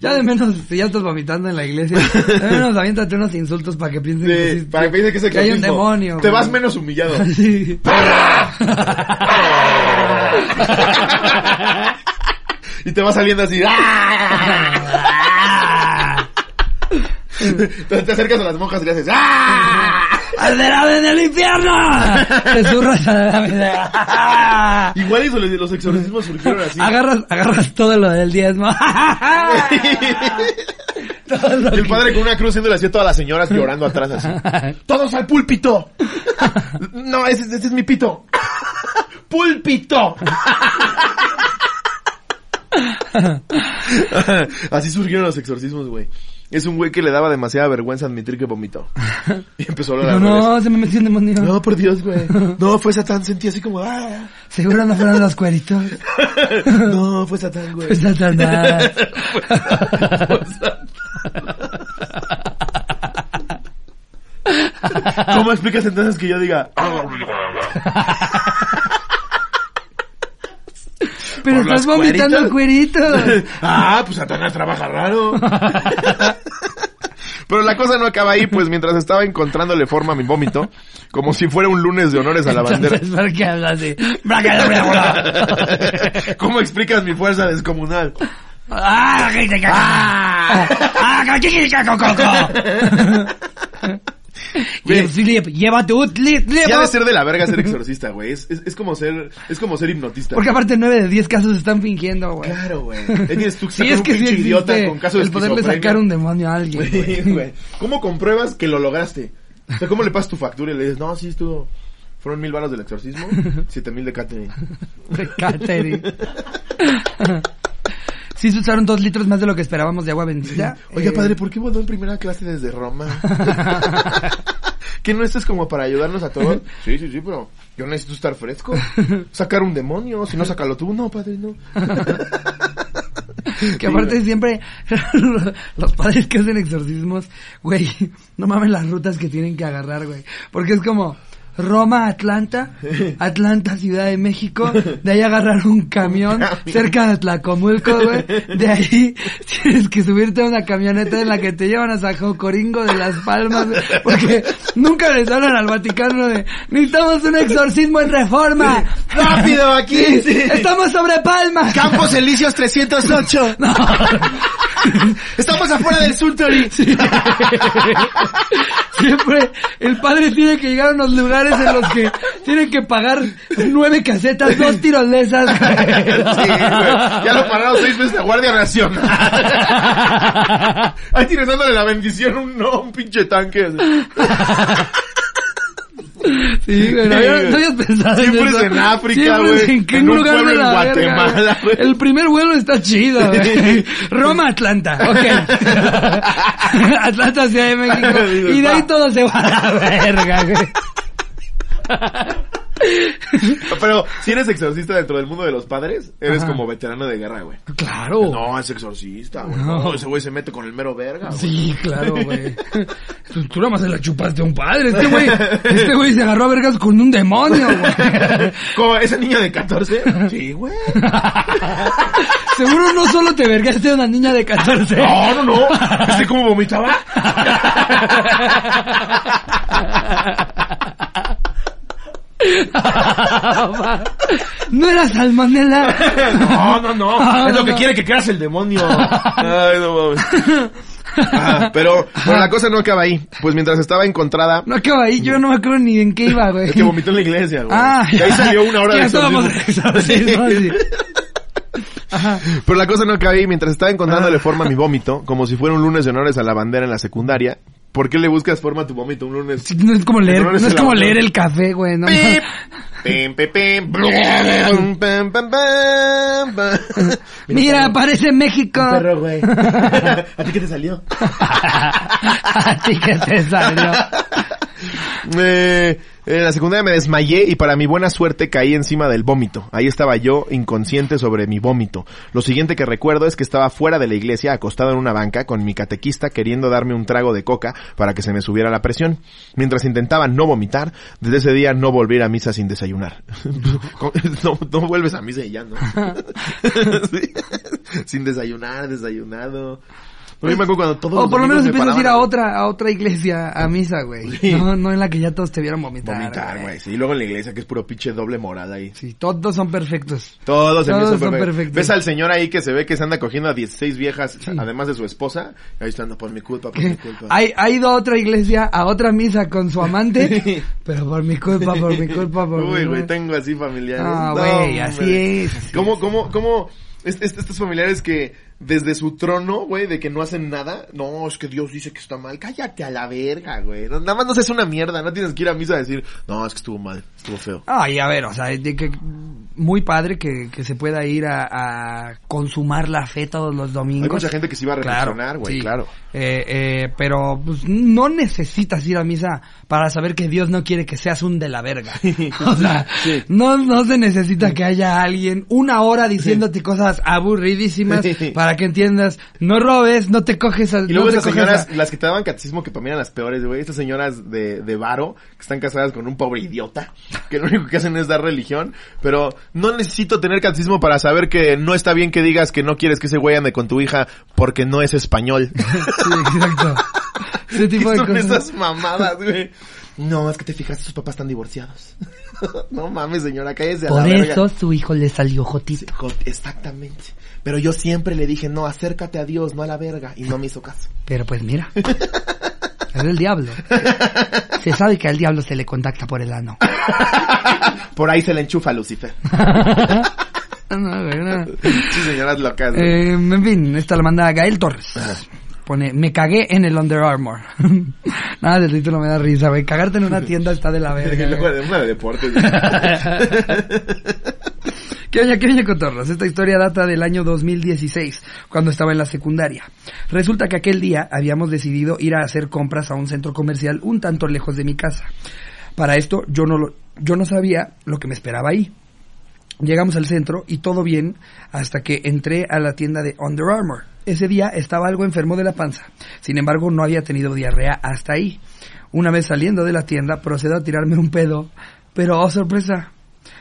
A: Ya de menos, si ya estás vomitando en la iglesia, de menos aviéntate unos insultos para que piensen que, sí-
B: para que piensen que es
A: hay un
B: exorcismo.
A: demonio.
B: Te
A: güey.
B: vas menos humillado.
A: Sí.
B: Y te va saliendo así. ¡ah! Entonces te acercas a las monjas y le haces. ¡ah!
A: ¡Arderá en el infierno! Te zurras a la vida.
B: Igual y los- los exorcismos surgieron así.
A: Agarras, agarras todo lo del diezmo. todo lo
B: Y el
A: que-
B: padre con una cruz haciéndole así a todas las señoras llorando atrás así. ¡Todos al púlpito! No, ese, ese es mi pito. ¡Púlpito! Así surgieron los exorcismos, güey. Es un güey que le daba demasiada vergüenza admitir que vomitó. Y empezó a hablar
A: No,
B: al revés.
A: no, se me metió un demonio.
B: No, por Dios, güey. No, fue Satán, sentí así como... "Ah".
A: Seguro no fueron los cueritos.
B: No, fue Satán, güey.
A: Pues Satanás.
B: ¿Cómo explicas entonces que yo diga...
A: Pero
B: ¿Por
A: estás
B: los
A: vomitando cueritos.
B: ah, pues Satanás trabaja raro. Pero la cosa no acaba ahí, pues mientras estaba encontrándole forma a mi vómito, como si fuera un lunes de honores a la bandera.
A: Entonces, ¿por qué hablas así? Braca, braca, braca.
B: ¿Cómo explicas mi fuerza descomunal?
A: ¡Ah, que te cago! ¡Ah, que te cago, coco!
B: Güey.
A: Lle- Llévate un lle-
B: Ya de
A: lleva-
B: ser de la verga ser exorcista, güey. Es, es, es como ser, es como ser hipnotista.
A: Porque aparte 9 de 10 casos están fingiendo, güey.
B: Claro, güey. Ahí Tienes tú que
A: Sí,
B: estar
A: es
B: un
A: que sí
B: pinche idiota
A: existe
B: con caso de
A: el poderle
B: esquizofrenia.
A: sacar un demonio a alguien,
B: Sí,
A: güey.
B: güey. ¿Cómo compruebas que lo lograste? O sea, ¿cómo le pasas tu factura y le dices, no, sí, estuvo... Fueron mil balas del exorcismo, siete mil de catering.
A: De Catering. Sí se usaron dos litros más de lo que esperábamos de agua bendita.
B: Oiga,
A: Eh,
B: padre, ¿por qué voló en primera clase desde Roma? ¿Que no esto es como para ayudarnos a todos? Sí, sí, sí, pero yo necesito estar fresco. Sacar un demonio, si no, sácalo tú. No, padre, no.
A: Que aparte
B: Sí,
A: siempre los padres que hacen exorcismos, güey, no mames las rutas que tienen que agarrar, güey. Porque es como Roma, Atlanta, Atlanta, Ciudad de México, de ahí agarrar un camión
B: camión.
A: cerca de Tlacomulco, güey. De ahí tienes que subirte a una camioneta en la que te llevan a Sajocoringo de Las Palmas, güey, porque nunca les hablan al Vaticano de necesitamos un exorcismo en reforma.
B: ¡Rápido, aquí!
A: Sí,
B: Sí.
A: Estamos sobre Palmas.
B: Campos Elíseos 308.
A: No.
B: Estamos afuera del Suntory.
A: Sí. Siempre el padre tiene que llegar a unos lugares en los que tiene que pagar nueve casetas, dos tirolesas.
B: Sí, güey. Ya lo pararon seis veces la Guardia Nacional. Ahí tiene dándole la bendición un, no, un pinche tanque. así.
A: Sí, güey, no, había- no habías pensado en
B: Siempre es
A: eso.
B: en África,
A: Siempre
B: güey,
A: es ¿En qué
B: en un
A: lugar
B: pueblo
A: de
B: en
A: la verga,
B: Guatemala,
A: güey?
B: güey.
A: El primer vuelo está chido, güey. Roma, Atlanta, ok. Atlanta, Ciudad de México. Y de ahí todo se va a la verga, güey.
B: Pero si eres exorcista dentro del mundo de los padres, eres como veterano de guerra, güey.
A: Claro.
B: No, es exorcista, güey.
A: Oh. No.
B: No. ese güey se mete con el mero verga, güey.
A: Sí, claro, güey. Tú, tú nada más se la chupaste a un padre. Este güey, este güey se agarró a vergas con un demonio, güey.
B: Como esa niña de 14. Sí, güey.
A: Seguro no solo te vergaste a una niña de 14.
B: No, no, no. ¿Viste cómo vomitaba?
A: No era salmonela.
B: No, no, no.
A: Ah,
B: es
A: no,
B: lo que
A: no.
B: quiere que creas el demonio. Ay, no mames. Ah, pero, pero la cosa no acaba ahí. Pues mientras estaba encontrada,
A: No acaba ahí, yo no me acuerdo ni en qué iba, güey.
B: es que vomitó en la iglesia, güey.
A: Ah,
B: Y ahí
A: ya.
B: salió una hora
A: Ya
B: de
A: estábamos
B: exorcismo.
A: en exorcismo,
B: Sí.
A: Ajá.
B: Pero la cosa no acaba ahí. Mientras estaba encontrándole forma a mi vómito, como si fuera un lunes de honores a la bandera en la secundaria, ¿por qué le buscas forma a tu vómito un lunes?
A: No es como leer,
B: No, no
A: no
B: es
A: es
B: el
A: como
B: autor.
A: leer el café, güey. No,
B: Pip. Pim, pim, pim. Blum, pam, pam, pam, pam.
A: Mira, aparece México.
B: Perro, güey. ¿A ti qué te salió?
A: A ti que te salió.
B: Eh, en la secundaria me desmayé y para mi buena suerte caí encima del vómito. Ahí estaba yo, inconsciente sobre mi vómito. Lo siguiente que recuerdo es que estaba fuera de la iglesia, acostado en una banca, con mi catequista queriendo darme un trago de coca para que se me subiera la presión. Mientras intentaba no vomitar, desde ese día no volví a ir a misa sin desayunar. no, no vuelves a misa y ya, ¿no? Sí. Sin desayunar, desayunado. Pero yo me acuerdo cuando todos
A: O
B: los
A: por lo menos
B: domingos me
A: empiezas a ir
B: paraban
A: a otra, a otra iglesia, a misa, güey.
B: Sí.
A: No, no en la que ya todos te vieron vomitar.
B: Vomitar, güey. Sí, y luego en la iglesia que es puro pinche doble moral ahí.
A: Sí, todos son perfectos.
B: Todos, en
A: Todos
B: eso
A: son
B: perfecto.
A: perfectos.
B: Ves al señor ahí que se ve que se anda cogiendo a 16 viejas, además de su esposa. Ahí está, no, por mi culpa, por mi
A: Que
B: culpa.
A: ha, ha ido a otra iglesia, a otra misa con su amante, pero por mi culpa, por mi culpa, por mi
B: Uy, güey,
A: culpa.
B: tengo así familiares.
A: Ah,
B: No,
A: güey, así
B: hombre.
A: es, así
B: ¿Cómo, cómo, cómo? est- est- estos familiares que desde su trono, güey, de que no hacen nada. No, es que Dios dice que está mal. Cállate a la verga, güey. No, nada más no seas una mierda. No tienes que ir a misa a decir, no, es que estuvo mal, estuvo feo.
A: Ay, a ver, o sea, de que muy padre que, que se pueda ir a, a consumar la fe todos los domingos.
B: Hay mucha gente que se iba a reflexionar, güey,
A: sí.
B: claro.
A: Eh, eh, pero pues, no necesitas ir a misa para saber que Dios no quiere que seas un de la verga. O sea, no, no se necesita que haya alguien una hora diciéndote cosas aburridísimas
B: Sí.
A: para que entiendas, no robes, no te coges a...
B: Y luego
A: no te
B: esas
A: coges
B: señoras,
A: a-
B: las que te daban catecismo, que para mí eran las peores, güey. Estas señoras de, de varo, que están casadas con un pobre idiota, que lo único que hacen es dar religión. Pero no necesito tener catecismo para saber que no está bien que digas que no quieres que ese güey ande con tu hija porque no es español.
A: Sí, exacto. Ese
B: ¿Qué
A: tipo de
B: son
A: cosas.
B: esas mamadas, güey? No, es que te fijaste, sus papás están divorciados. no mames, señora, cállese a la
A: Por
B: verga.
A: eso su hijo le salió jotito.
B: Co- Exactamente. Pero yo siempre le dije, no, acércate a Dios, no a la verga. Y no me hizo caso.
A: Pero pues mira, es el diablo. Se sabe que al diablo se le contacta por el ano.
B: Por ahí se le enchufa a Lucifer.
A: No, güey, no.
B: Sí, señoras locas. güey.
A: Eh, en fin, esta la manda Gael Torres. Pone, me cagué en el Under Armour. Nada del título me da risa, güey. Cagarte en una tienda está de la
B: Y
A: verga.
B: luego
A: güey.
B: de una de deportes.
A: ¿Qué oña, qué oña, cotorras? Esta historia data del año 2016, cuando estaba en la secundaria. Resulta que aquel día habíamos decidido ir a hacer compras a un centro comercial un tanto lejos de mi casa. Para esto yo no lo- yo no sabía lo que me esperaba ahí. Llegamos al centro y todo bien hasta que entré a la tienda de Under Armour. Ese día estaba algo enfermo de la panza. Sin embargo, no había tenido diarrea hasta ahí. Una vez saliendo de la tienda, procedo a tirarme un pedo, pero oh sorpresa,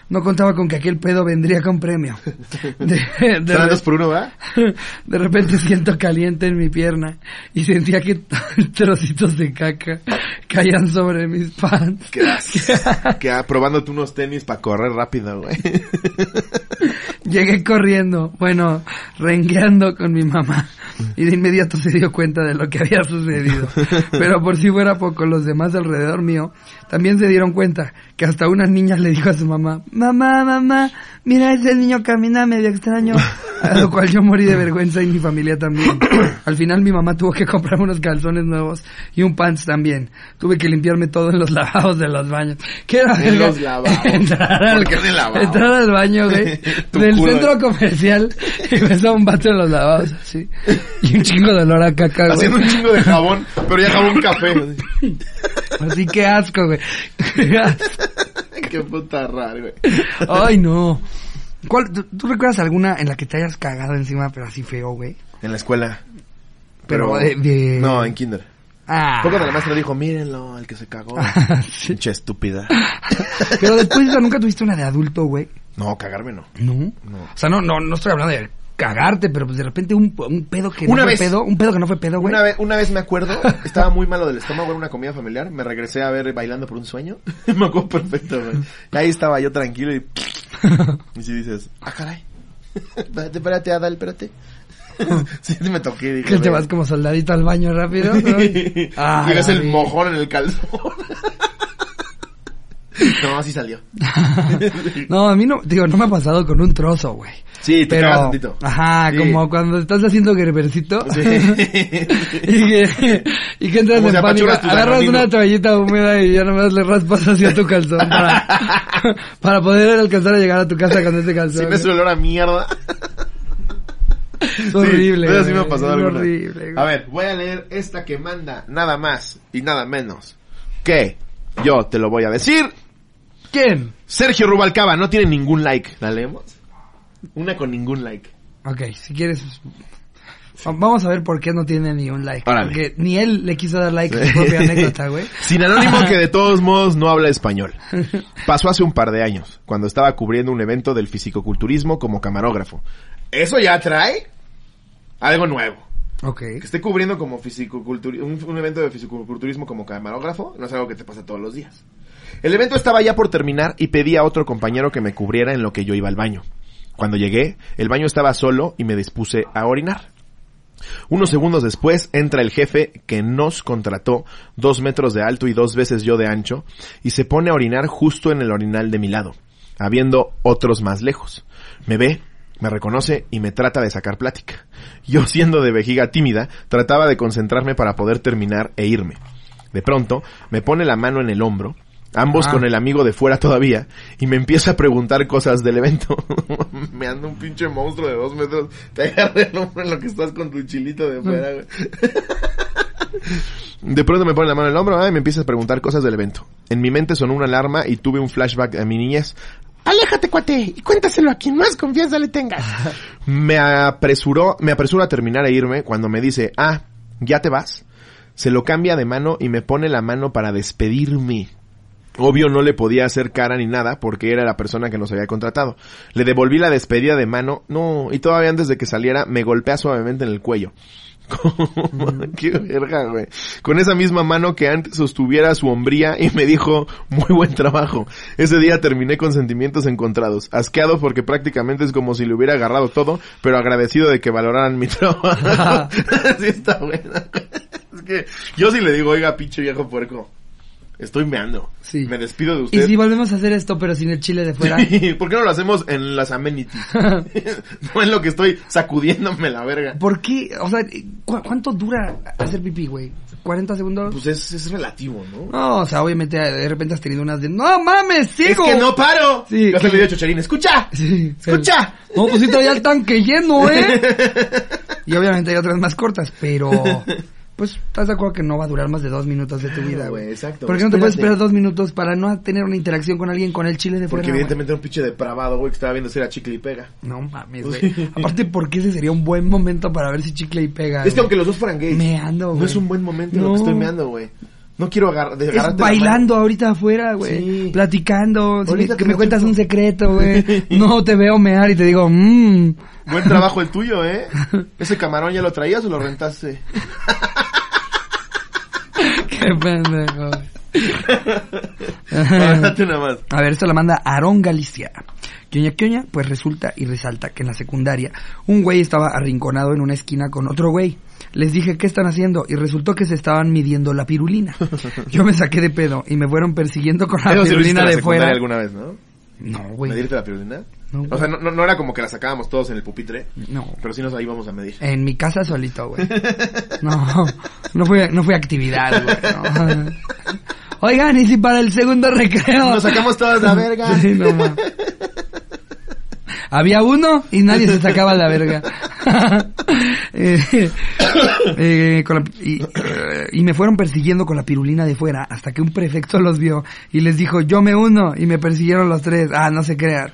A: no contaba con que aquel pedo vendría con premio. De- de
B: Serán
A: re-
B: dos por uno, ¿verdad?
A: de repente siento caliente en mi pierna y sentía que trocitos de caca caían sobre mis pants.
B: Que Queda probándote unos tenis para correr rápido, güey.
A: Llegué corriendo, bueno, rengueando con mi mamá. y de inmediato se dio cuenta de lo que había sucedido. Pero por si fuera poco, los demás alrededor mío también se dieron cuenta que hasta una niña le dijo a su mamá, mamá, mamá, mira ese niño camina medio extraño, a lo cual yo morí de vergüenza y mi familia también. Al final mi mamá tuvo que comprar unos calzones nuevos y un pants también. Tuve que limpiarme todo en los lavados de los baños. ¿Qué era,
B: En
A: verga?
B: los lavados.
A: Entrar al,
B: ¿Por qué en el lavabo?
A: entrar al baño, güey,
B: Tu
A: del
B: culo.
A: centro comercial y ves a un vato en los lavados así. Y un chingo de olor a caca, güey.
B: Haciendo un chingo de jabón, pero ya jabón café.
A: Así que asco, güey. Qué asco.
B: Qué puta rara, güey.
A: Ay, no. ¿Cuál, tú, tú recuerdas alguna en la que te hayas cagado encima, pero así feo, güey?
B: En la escuela.
A: Pero de- de-
B: No, en kinder.
A: Ah.
B: Poco de la maestra dijo, mírenlo, el que se cagó.
A: Sí.
B: Pinche estúpida.
A: Pero después de eso, nunca tuviste una de adulto, güey.
B: No, cagarme no.
A: No.
B: No.
A: O sea, no, no, no estoy hablando de cagarte, pero pues de repente un, un pedo que
B: Una
A: no
B: vez.
A: fue pedo, un pedo que no fue pedo, güey.
B: Una vez, una vez me acuerdo, estaba muy malo del estómago en una comida familiar, me regresé a ver Bailando por un sueño. me acuerdo perfecto, güey. Y ahí estaba yo tranquilo y... Y si dices, ah, caray. espérate, espérate, Adal, espérate. sí, me toqué. dije,
A: Que te
B: "Ve".
A: vas como soldadito al baño rápido. ¿no? Ah,
B: Tienes
A: la
B: el
A: vi.
B: mojón en el calzón. no, así salió.
A: No, a mí no, digo, no me ha pasado con un trozo, güey.
B: Sí, te
A: pero,
B: cagas tantito.
A: Ajá,
B: Sí.
A: como cuando estás haciendo gerbercito.
B: Sí.
A: y, que, y que entras
B: Como
A: en
B: si
A: pánico.
B: apachuras tu
A: Agarras
B: danonino.
A: una toallita húmeda y ya nomás le raspas hacia tu calzón para, para poder alcanzar a llegar a tu casa con ese calzón.
B: Sí me
A: güey.
B: suele olor a mierda.
A: es horrible.
B: Sí, eso sí
A: güey,
B: me ha pasado
A: es
B: alguna.
A: horrible,
B: A
A: güey.
B: ver, voy a leer esta que manda nada más y nada menos que yo te lo voy a decir.
A: ¿Quién?
B: Sergio Rubalcaba no tiene ningún like. ¿La leemos? Una con ningún like.
A: Ok, si quieres. va- Vamos a ver por qué no tiene ni un like.
B: Órale.
A: Porque ni él le quiso dar like a su propia anécdota, güey.
B: Sin anónimo que de todos modos no habla español. Pasó hace un par de años, cuando estaba cubriendo un evento del fisicoculturismo como camarógrafo. Eso ya trae algo nuevo.
A: Ok.
B: Que esté cubriendo como fisicoculturi- un, un evento de fisicoculturismo como camarógrafo no es algo que te pasa todos los días. El evento estaba ya por terminar y pedí a otro compañero que me cubriera en lo que yo iba al baño. Cuando llegué, el baño estaba solo y me dispuse a orinar. Unos segundos después entra el jefe que nos contrató, dos metros de alto y dos veces yo de ancho, y se pone a orinar justo en el orinal de mi lado, habiendo otros más lejos. Me ve, me reconoce y me trata de sacar plática. Yo siendo de vejiga tímida, trataba de concentrarme para poder terminar e irme. De pronto, me pone la mano en el hombro, ambos
A: Ah.
B: con el amigo de fuera todavía, y me empieza a preguntar cosas del evento. me anda un pinche monstruo de dos metros, te agarra el hombro en lo que estás con tu chilito de fuera, güey. De pronto me pone la mano en el hombro ah, y me empieza a preguntar cosas del evento. En mi mente sonó una alarma y tuve un flashback a mi niñez. Aléjate, cuate, y cuéntaselo a quien más confianza le tengas. me apresuró, me apresuro a terminar e irme cuando me dice, ah, ¿ya te vas? Se lo cambia de mano y me pone la mano para despedirme. Obvio no le podía hacer cara ni nada porque era la persona que nos había contratado. Le devolví la despedida de mano, no, y todavía antes de que saliera me golpea suavemente en el cuello. Qué verga, güey. Con esa misma mano que antes sostuviera su hombría y me dijo, muy buen trabajo. Ese día terminé con sentimientos encontrados, asqueado porque prácticamente es como si le hubiera agarrado todo, pero agradecido de que valoraran mi trabajo. Así está buena. Es que yo sí le digo, oiga, pinche viejo puerco, estoy meando.
A: Sí.
B: Me despido de
A: Y
B: usted.
A: si volvemos a hacer esto, pero sin el chile de fuera.
B: ¿Por qué no lo hacemos en las amenities? no es lo que estoy sacudiéndome la verga.
A: ¿Por qué? O sea, ¿cu- ¿cuánto dura hacer pipí, güey? ¿40 segundos?
B: Pues es, es relativo, ¿no?
A: no, o sea, obviamente eh, de repente has tenido unas de... ¡No mames,
B: Es
A: sigo!
B: que no paro.
A: Sí,
B: ya se
A: que-
B: le dio Chocharín. Escucha.
A: Sí, pero-
B: Escucha.
A: No, pues sí traía el tanque lleno, ¿eh? Y obviamente hay otras más cortas, pero... Pues, ¿estás de acuerdo que no va a durar más de dos minutos de tu vida, güey?
B: güey, exacto,
A: ¿Por
B: güey,
A: qué no te puedes
B: espérate.
A: esperar dos minutos para no tener una interacción con alguien con el chile de fuera,
B: Porque
A: güey?
B: evidentemente era un pinche depravado, güey, que estaba viendo hacer a chicle y pega.
A: No mames, güey. Aparte, porque ese sería un buen momento para ver si chicle y pega?
B: Es que
A: güey?
B: aunque los dos fueran gays.
A: Meando,
B: No
A: güey.
B: es un buen momento en lo
A: No.
B: que estoy meando, güey. No quiero agarrar,
A: Es
B: desgarrarte la
A: bailando ahorita afuera, güey.
B: Sí.
A: Platicando. si me-
B: Ahorita
A: que
B: que
A: me
B: me
A: cuentas
B: chupo.
A: un secreto, güey. No te veo mear y te digo, mmm.
B: mano. Buen trabajo el tuyo, eh. Ese camarón ya lo traías o lo rentaste.
A: Qué pendejo.
B: Ahora, date una más.
A: A ver, esto la manda Aarón Galicia. Quioña Quioña, pues resulta y resalta que en la secundaria un güey estaba arrinconado en una esquina con otro güey. Les dije, ¿qué están haciendo? Y resultó que se estaban midiendo la pirulina. Yo me saqué de pedo y me fueron persiguiendo con la
B: Eso sí lo hiciste en
A: pirulina
B: la
A: de
B: secundaria
A: fuera.
B: alguna vez, ¿no?
A: No, güey.
B: ¿Medirte la pirulina?
A: No,
B: o
A: güey.
B: sea, no, no, no era como que la sacábamos todos en el pupitre,
A: No.
B: pero sí nos ahí vamos a medir.
A: En mi casa solito, güey. No, no fue, no fue actividad, güey. no. Oigan, y si para el segundo recreo.
B: Nos sacamos todas la verga.
A: Sí, no, ma. Había uno y nadie se sacaba la verga. Eh, eh, con la- y, eh, y me fueron persiguiendo con la pirulina de fuera hasta que un prefecto los vio y les dijo, yo me uno y me persiguieron los tres. Ah, no se crean.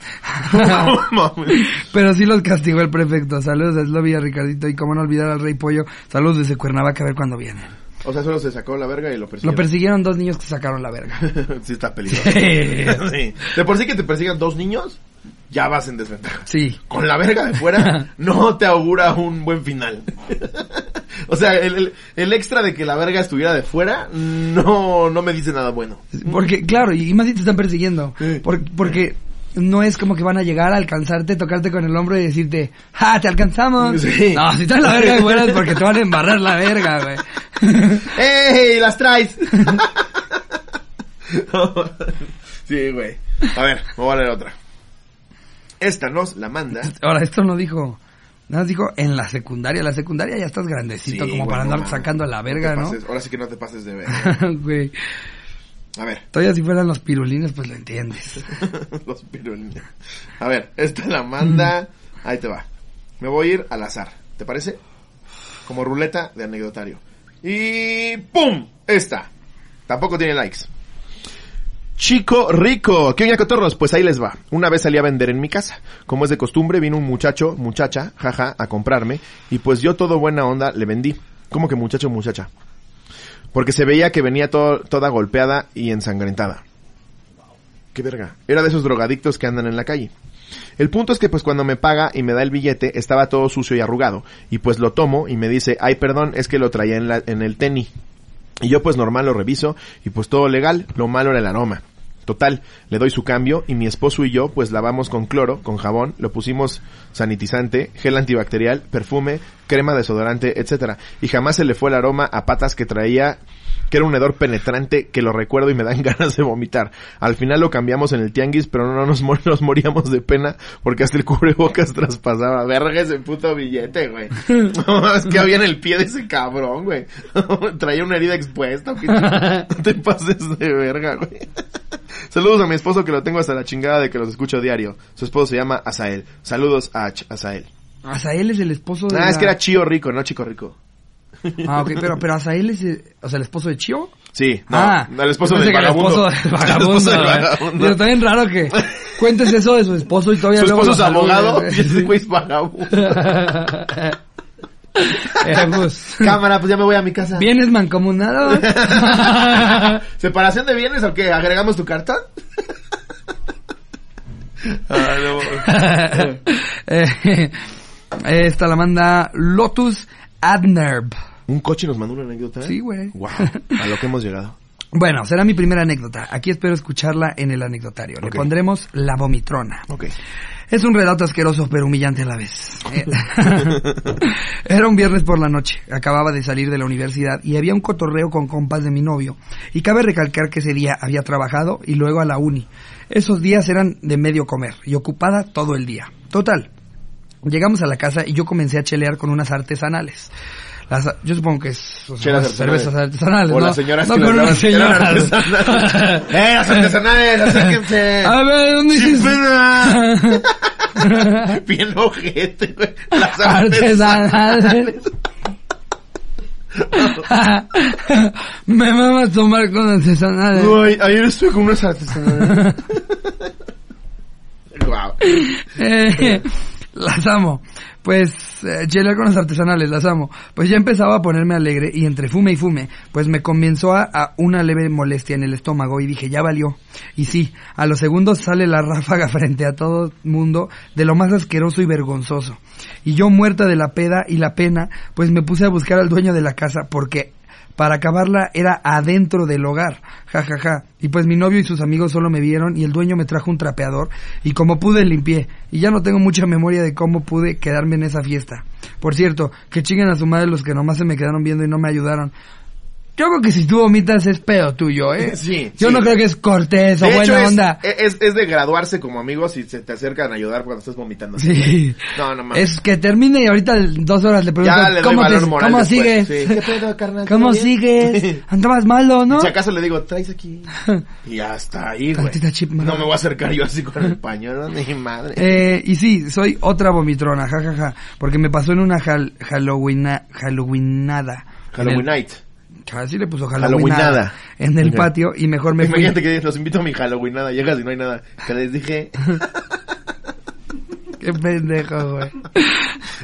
B: No mames.
A: Pero sí los castigó el prefecto. Saludos a Slobby y a Ricardito y cómo no olvidar al Rey Pollo. Saludos desde Cuernavaca a ver cuándo vienen.
B: O sea, solo se sacó la verga y lo
A: Lo
B: persiguió.
A: persiguieron dos niños que sacaron la verga.
B: sí, está peligroso. Sí. De por sí que te persigan dos niños, ya vas en desventaja.
A: Sí.
B: Con la verga de fuera, no te augura un buen final. o sea, el, el- el extra de que la verga estuviera de fuera, no, no me dice nada bueno.
A: Porque, claro, y más si te están persiguiendo.
B: Sí.
A: Por- Porque, no es como que van a llegar a alcanzarte, tocarte con el hombro y decirte, ¡Ja, te alcanzamos!
B: Sí.
A: No, si estás la verga de fuera es porque te van a embarrar la verga, güey.
B: ¡Ey! ¡Las traes! sí, güey. A ver, me voy a leer otra. Esta nos la manda.
A: Ahora, esto no dijo... Nada, más dijo en la secundaria. La secundaria ya estás grandecito
B: Sí,
A: como
B: güey,
A: para
B: no
A: andar
B: mames.
A: sacando la
B: te
A: verga, ¿no?
B: pases. Ahora sí que no te pases de ver.
A: Güey.
B: A ver,
A: Todavía si fueran los pirulines, pues lo entiendes.
B: los pirulines. A ver, esta la manda. Ahí te va. Me voy a ir al azar. ¿Te parece? Como ruleta de anecdotario. Y ¡pum! Esta. Tampoco tiene likes. Chico rico, ¿qué oña cotorros? Pues ahí les va. Una vez salí a vender en mi casa. Como es de costumbre, vino un muchacho, muchacha, jaja, a comprarme. Y pues yo todo buena onda le vendí. ¿Cómo que muchacho, muchacha? Porque se veía que venía todo- toda golpeada y ensangrentada. Qué verga. Era de esos drogadictos que andan en la calle. El punto es que pues cuando me paga y me da el billete estaba todo sucio y arrugado. Y pues lo tomo y me dice, ay perdón, es que lo traía en, la- en el tenis. Y yo pues normal lo reviso y pues todo legal, lo malo era el aroma. Total, le doy su cambio y mi esposo y yo pues lavamos con cloro, con jabón, lo pusimos sanitizante, gel antibacterial, perfume, crema desodorante, etcétera. Y jamás se le fue el aroma a patas que traía, que era un hedor penetrante que lo recuerdo y me dan ganas de vomitar. Al final lo cambiamos en el tianguis, pero no nos, mor- nos moríamos de pena porque hasta el cubrebocas traspasaba. Verga ese puto billete, güey. No, es que había en el pie de ese cabrón, güey. Traía una herida expuesta. pinche. No te pases de verga, güey. Saludos a mi esposo que lo tengo hasta la chingada de que los escucho diario. Su esposo se llama Asael. Saludos a Ch- Asael.
A: Azael es el esposo de.
B: Ah,
A: la-
B: es que era Chío Rico, no Chico Rico.
A: Ah, ok, pero, pero Azael es. el- O sea, el esposo de Chio.
B: Sí, no,
A: ah,
B: no, el esposo
A: yo
B: del
A: pensé que
B: vagabundo.
A: El esposo del
B: El
A: vagabundo.
B: esposo del
A: ¿eh?
B: vagabundo.
A: Pero también raro que cuentes eso de su esposo y todavía
B: Su
A: luego
B: esposo
A: lo
B: es abogado
A: saludes,
B: y ese
A: güey.
B: güey es vagabundo.
A: Eh, pues,
B: Cámara, pues ya me voy a mi casa.
A: Vienes mancomunado. eh?
B: ¿Separación de bienes o qué? ¿Agregamos tu carta? Ah, no.
A: Eh, Esta la manda Lotus Adnerb.
B: Un coche nos mandó una anécdota. ¿eh?
A: Sí, güey.
B: Guau, a lo que hemos llegado.
A: Bueno, será mi primera anécdota. Aquí espero escucharla en el anecdotario.
B: Ok.
A: Le pondremos la vomitrona.
B: Ok.
A: Es un relato asqueroso pero humillante a la vez. Eh, Era un viernes por la noche, acababa de salir de la universidad y había un cotorreo con compas de mi novio. Y cabe recalcar que ese día había trabajado y luego a la uni. Esos días eran de medio comer y ocupada todo el día. Total, Llegamos a la casa y yo comencé a chelear con unas artesanales. Las, yo supongo que es o
B: Chelas
A: sea, unas
B: artesanales.
A: cervezas artesanales.
B: O
A: ¿no?
B: las señoras
A: no
B: que
A: con
B: las
A: unas
B: daban- eran
A: señoras.
B: artesanales. ¡Eh, las artesanales, acérquense!
A: A ver, ¿dónde
B: ¡Sin
A: hiciste?
B: pena! Bien ojete, güey. Las
A: Artesanales. Me mamas tomar con artesanales.
B: Güey, ayer estuve con unas artesanales. Guau.
A: Eh, las amo. Pues, eh, chelear con los artesanales, las amo. Pues ya empezaba a ponerme alegre y entre fume y fume, pues me comenzó a, a una leve molestia en el estómago y dije, ya valió. Y sí, a los segundos sale la ráfaga frente a todo mundo de lo más asqueroso y vergonzoso. Y yo muerta de la peda y la pena, pues me puse a buscar al dueño de la casa porque Para acabarla era adentro del hogar. Ja, ja, ja. Y pues mi novio y sus amigos solo me vieron y el dueño me trajo un trapeador y como pude limpié. Y ya no tengo mucha memoria de cómo pude quedarme en esa fiesta. Por cierto, que chinguen a su madre los que nomás se me quedaron viendo y no me ayudaron. Yo creo que si tú vomitas es pedo tuyo, ¿eh?
B: Sí,
A: Yo
B: sí.
A: no creo que es cortés o
B: De
A: buena
B: hecho, es, e,
A: onda.
B: Es, es de graduarse como amigos y se te acercan a ayudar cuando estás vomitando.
A: Sí.
B: No, no mames.
A: Es que termine y ahorita en dos horas le pregunto
B: Ya le doy
A: cómo,
B: valor
A: te-
B: moral
A: cómo
B: después,
A: sigues.
B: sí. ¿Qué pedo, carnal?
A: ¿Cómo
B: ¿Todo bien?
A: sigues? Andabas malo, ¿no?
B: Si acaso le digo, traes aquí. Y hasta ahí, güey.
A: Tantita chip,
B: No
A: mano.
B: me voy a acercar yo así con el pañuelo, ni madre.
A: Eh, y sí, soy otra vomitrona, jajaja, porque me pasó en una jal, Halloweena- Halloweenada.
B: Halloween
A: En el-
B: night.
A: Así le puso Halloweenada.
B: Halloweenada.
A: En el
B: Ok.
A: patio y mejor me fui.
B: Imagínate que dices, los invito a mi Halloweenada, llegas y no hay nada. Que les dije,
A: Qué pendejo, güey.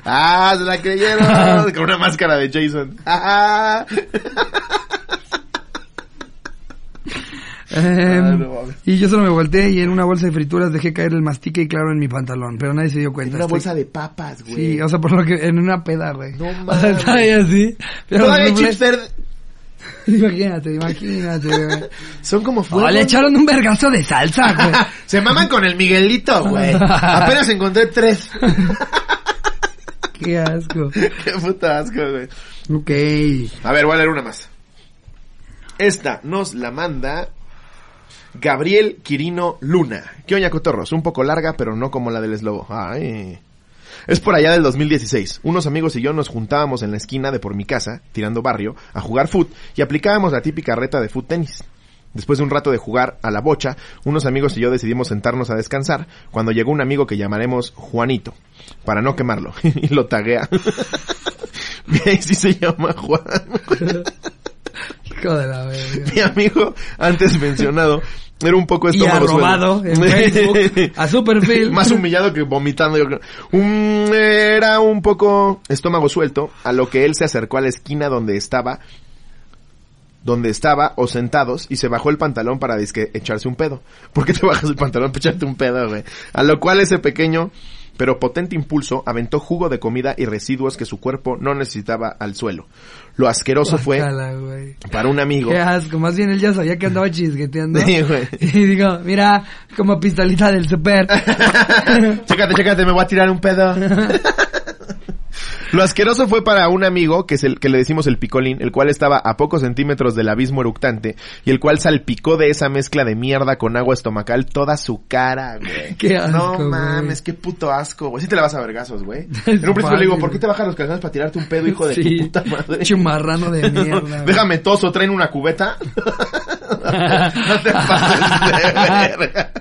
B: ¡ah, se la creyeron! Con una máscara de Jason. ¡Ah!
A: Eh,
B: Ah, no mames.
A: y yo solo me volteé y en una bolsa de frituras dejé caer el mastique y claro en mi pantalón, pero nadie se dio cuenta.
B: Una
A: Estoy-
B: bolsa de papas, güey.
A: Sí, o sea, por lo que en una peda, güey.
B: No
A: O sea,
B: mames.
A: estaba ahí así. Pero
B: Todavía hay
A: no, pues,
B: chipster.
A: Imagínate, imagínate, güey.
B: Son como fuego.
A: Oh, le echaron un vergazo de salsa, güey.
B: Se maman con el Miguelito, güey. Apenas encontré tres.
A: Qué asco.
B: Qué puto asco, güey.
A: Ok.
B: A ver, voy a leer una más. Esta nos la manda Gabriel Quirino Luna. ¿Qué oña, cotorros? Un poco larga, pero no como la del eslobo. Ay. Es por allá del 2016. Unos amigos y yo nos juntábamos en la esquina de por mi casa, tirando barrio, a jugar foot y aplicábamos la típica reta de foot tenis. Después de un rato de jugar a la bocha, unos amigos y yo decidimos sentarnos a descansar cuando llegó un amigo que llamaremos Juanito, para no quemarlo, y lo taguea. Ahí sí se llama Juan.
A: Hijo de la verga.
B: Mi amigo antes mencionado era un poco
A: Y ha
B: estómago
A: robado en Facebook a su perfil.
B: Más humillado que vomitando, yo creo. Un- era un poco estómago suelto, a lo que él se acercó a la esquina donde estaba, donde estaba, o sentados, y se bajó el pantalón para dizque echarse un pedo. ¿Por qué te bajas el pantalón para echarte un pedo, güey? A lo cual ese pequeño, pero potente impulso aventó jugo de comida y residuos que su cuerpo no necesitaba al suelo. Lo asqueroso fue
A: Guácala, güey.
B: para un amigo.
A: Qué asco. Más bien él ya sabía que andaba chisgueteando.
B: Sí, güey.
A: Y digo, mira, como pistolita del super.
B: chécate, chécate, me voy a tirar un pedo. Lo asqueroso fue para un amigo, que, es el, que le decimos el picolín, el cual estaba a pocos centímetros del abismo eructante y el cual salpicó de esa mezcla de mierda con agua estomacal toda su cara, güey.
A: Qué asco,
B: No mames,
A: güey.
B: qué puto asco, güey. Sí te la vas a vergazos, güey.
A: Es
B: En un principio le digo,
A: fácil,
B: ¿por qué
A: güey.
B: te bajas los calzones para tirarte un pedo, hijo de
A: Sí.
B: tu puta madre?
A: Chumarrano de mierda. güey.
B: Déjame toso, traen una cubeta. no te pases de verga.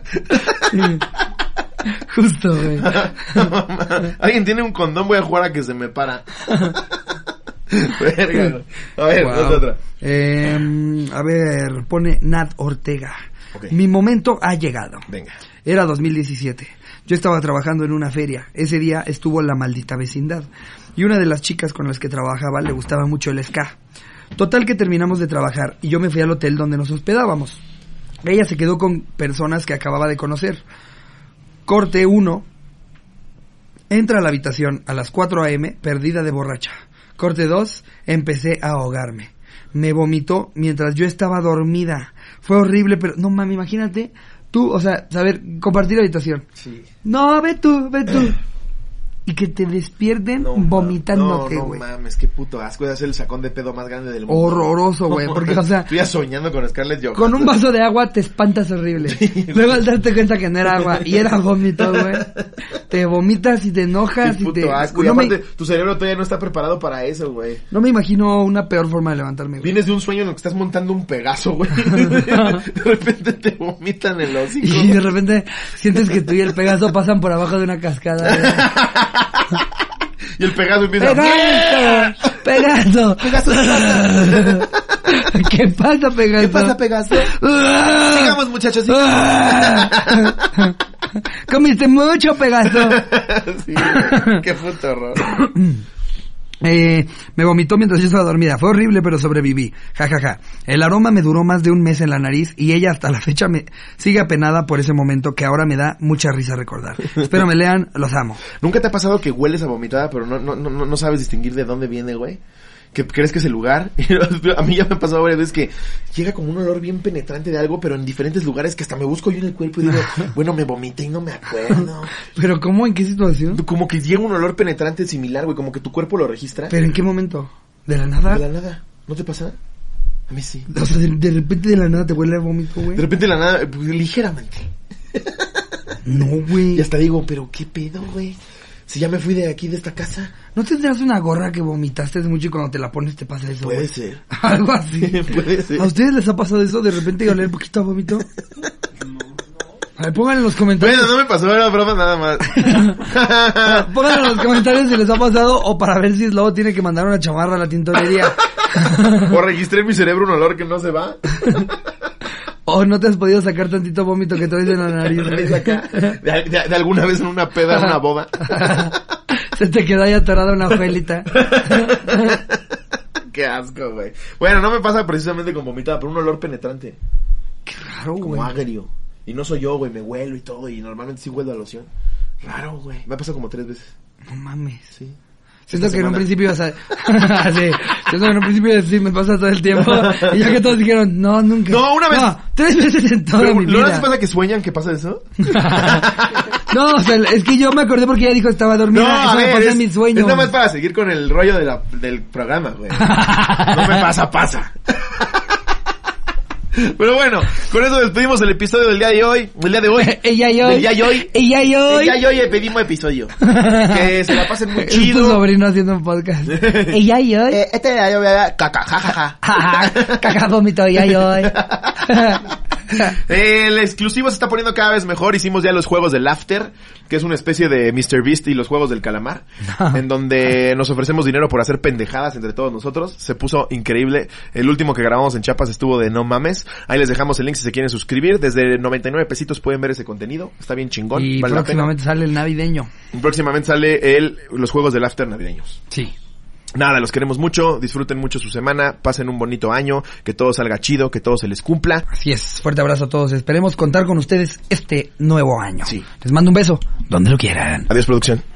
A: Justo, güey.
B: Alguien tiene un condón, voy a jugar a que se me para. Verga, güey. A ver,
A: Wow.
B: ponte otra.
A: Em, a ver, pone Nat Ortega.
B: Ok.
A: Mi momento ha llegado.
B: Venga.
A: Era 2017. Yo estaba trabajando en una feria. Ese día estuvo la maldita vecindad. Y una de las chicas con las que trabajaba le gustaba mucho el ska. Total que terminamos de trabajar y yo me fui al hotel donde nos hospedábamos. Ella se quedó con personas que acababa de conocer. Corte 1. Entra a la habitación a las 4 a.m. perdida de borracha. Corte 2. Empecé a ahogarme. Me vomitó mientras yo estaba dormida. Fue horrible, pero no mami, imagínate tú, o sea, saber compartir habitación.
B: Sí.
A: No, ve tú, ve tú. Y que te despierten vomitándote,
B: No,
A: güey.
B: no mames, qué puto asco. Es el sacón de pedo más grande del mundo.
A: Horroroso, güey, porque o sea,
B: Estoy ya soñando con Scarlett Johansson.
A: con un vaso de agua te espantas horrible. Luego al darte cuenta que no era agua y era vómito, güey. Te vomitas y te
B: Qué
A: enojas y
B: puto
A: te
B: asco. Y
A: no,
B: aparte,
A: me,
B: tu cerebro todavía no está preparado para eso, güey.
A: no me imagino una peor forma de levantarme, güey.
B: Vienes de un sueño en el que estás montando un pegaso, güey. De repente te vomitan el hocico.
A: Y de repente sientes que tú y el Pegaso pasan por abajo de una cascada. güey.
B: Y el pegaso empieza
A: Pegaso, Pegaso.
B: Pegaso,
A: ¿Qué pasa, Pegaso?
B: ¿Qué pasa, pegaso? Sigamos, muchachos.
A: Ah. Comiste mucho, Pegaso.
B: sí, güey. qué puto horror.
A: Eh, me vomitó mientras yo estaba dormida. Fue horrible, pero sobreviví. Ja, ja, ja. El aroma me duró más de un mes en la nariz y ella hasta la fecha me sigue apenada por ese momento que ahora me da mucha risa recordar. Espero me lean, los amo.
B: ¿Nunca te ha pasado que hueles a vomitada, pero no, no, no, no sabes distinguir de dónde viene, güey? que crees que es el lugar. a mí ya me ha pasado varias veces que llega como un olor bien penetrante de algo, pero en diferentes lugares que hasta me busco yo en el cuerpo y digo, bueno, me vomité y no me acuerdo.
A: ¿Pero cómo? ¿En qué situación?
B: Como que llega un olor penetrante similar, güey, como que tu cuerpo lo registra.
A: ¿Pero en qué momento? ¿De la
B: De la
A: nada?
B: nada. ¿No te pasa? A mí sí.
A: O sea, de, de repente de la nada te huele a vómito, güey.
B: De repente de la nada, eh, pues, ligeramente.
A: No, güey.
B: Y hasta digo, pero qué pedo, güey. Si ya me fui de aquí, de esta casa.
A: ¿No tendrás una gorra que vomitaste mucho y cuando te la pones te pasa eso?
B: Puede
A: güey?
B: ser.
A: Algo así.
B: Puede ser.
A: ¿A ustedes les ha pasado eso de repente y oler poquito a vómito? A ver, pónganlo en los comentarios.
B: Bueno, no me pasó, era broma nada más.
A: Pónganlo en los comentarios si les ha pasado o para ver si el lobo tiene que mandar una chamarra a la tintorería.
B: o registré en mi cerebro un olor que no se va.
A: o no te has podido sacar tantito vómito que traes en la nariz.
B: Traes acá, de, al- de- de alguna vez en una peda, en una boda.
A: Se te queda ahí atorada una felita.
B: Qué asco, güey. Bueno, no me pasa precisamente con vomitada, pero un olor penetrante.
A: Qué raro,
B: Como
A: güey.
B: agrio. Y no soy yo, güey, me huelo y todo, y normalmente sí huelo a loción. Raro, güey. Me ha pasado como tres veces.
A: No mames.
B: Sí.
A: Siento
B: Esta
A: que en un
B: semana.
A: principio ibas a... sí, siento que en un principio ibas a decir, me pasa todo el tiempo. Y ya que todos dijeron, no, nunca.
B: No, una vez.
A: tres veces en toda
B: Pero,
A: mi
B: ¿No les
A: vida.
B: pasa que sueñan que pasa eso?
A: no, o sea, es que yo me acordé porque ella dijo estaba dormida.
B: No, a
A: eso me
B: ver,
A: pasó
B: es,
A: en mis sueños.
B: es nada más para seguir con el rollo de la- del programa, güey. No me pasa, pasa. Pero bueno, con eso despedimos el episodio del día de hoy. El día de hoy.
A: Ella y hoy.
B: Del día y hoy.
A: Ella y hoy.
B: El día de hoy le pedimos episodio. Que se la pasen muy
A: Es tu
B: chido.
A: sobrino haciendo un podcast. Ella y hoy.
B: Eh, este día yo voy a dar caca, jajaja.
A: Caca vómito, ella y hoy.
B: El exclusivo se está poniendo cada vez mejor. Hicimos ya los juegos del After, que es una especie de Mr. Beast y los juegos del calamar, en donde nos ofrecemos dinero por hacer pendejadas entre todos nosotros. Se puso increíble. El último que grabamos en Chiapas estuvo de no mames. Ahí les dejamos el link si se quieren suscribir. Desde 99 pesitos pueden ver ese contenido. Está bien chingón.
A: y
B: vale la pena.
A: próximamente sale el navideño.
B: Próximamente sale el, los juegos del After navideños.
A: Sí.
B: Nada, los queremos mucho, disfruten mucho su semana, pasen un bonito año, que todo salga chido, que todo se les cumpla.
A: Así es. Fuerte abrazo a todos. Esperemos contar con ustedes este nuevo año.
B: Sí.
A: Les mando un beso. Donde lo quieran.
B: Adiós producción.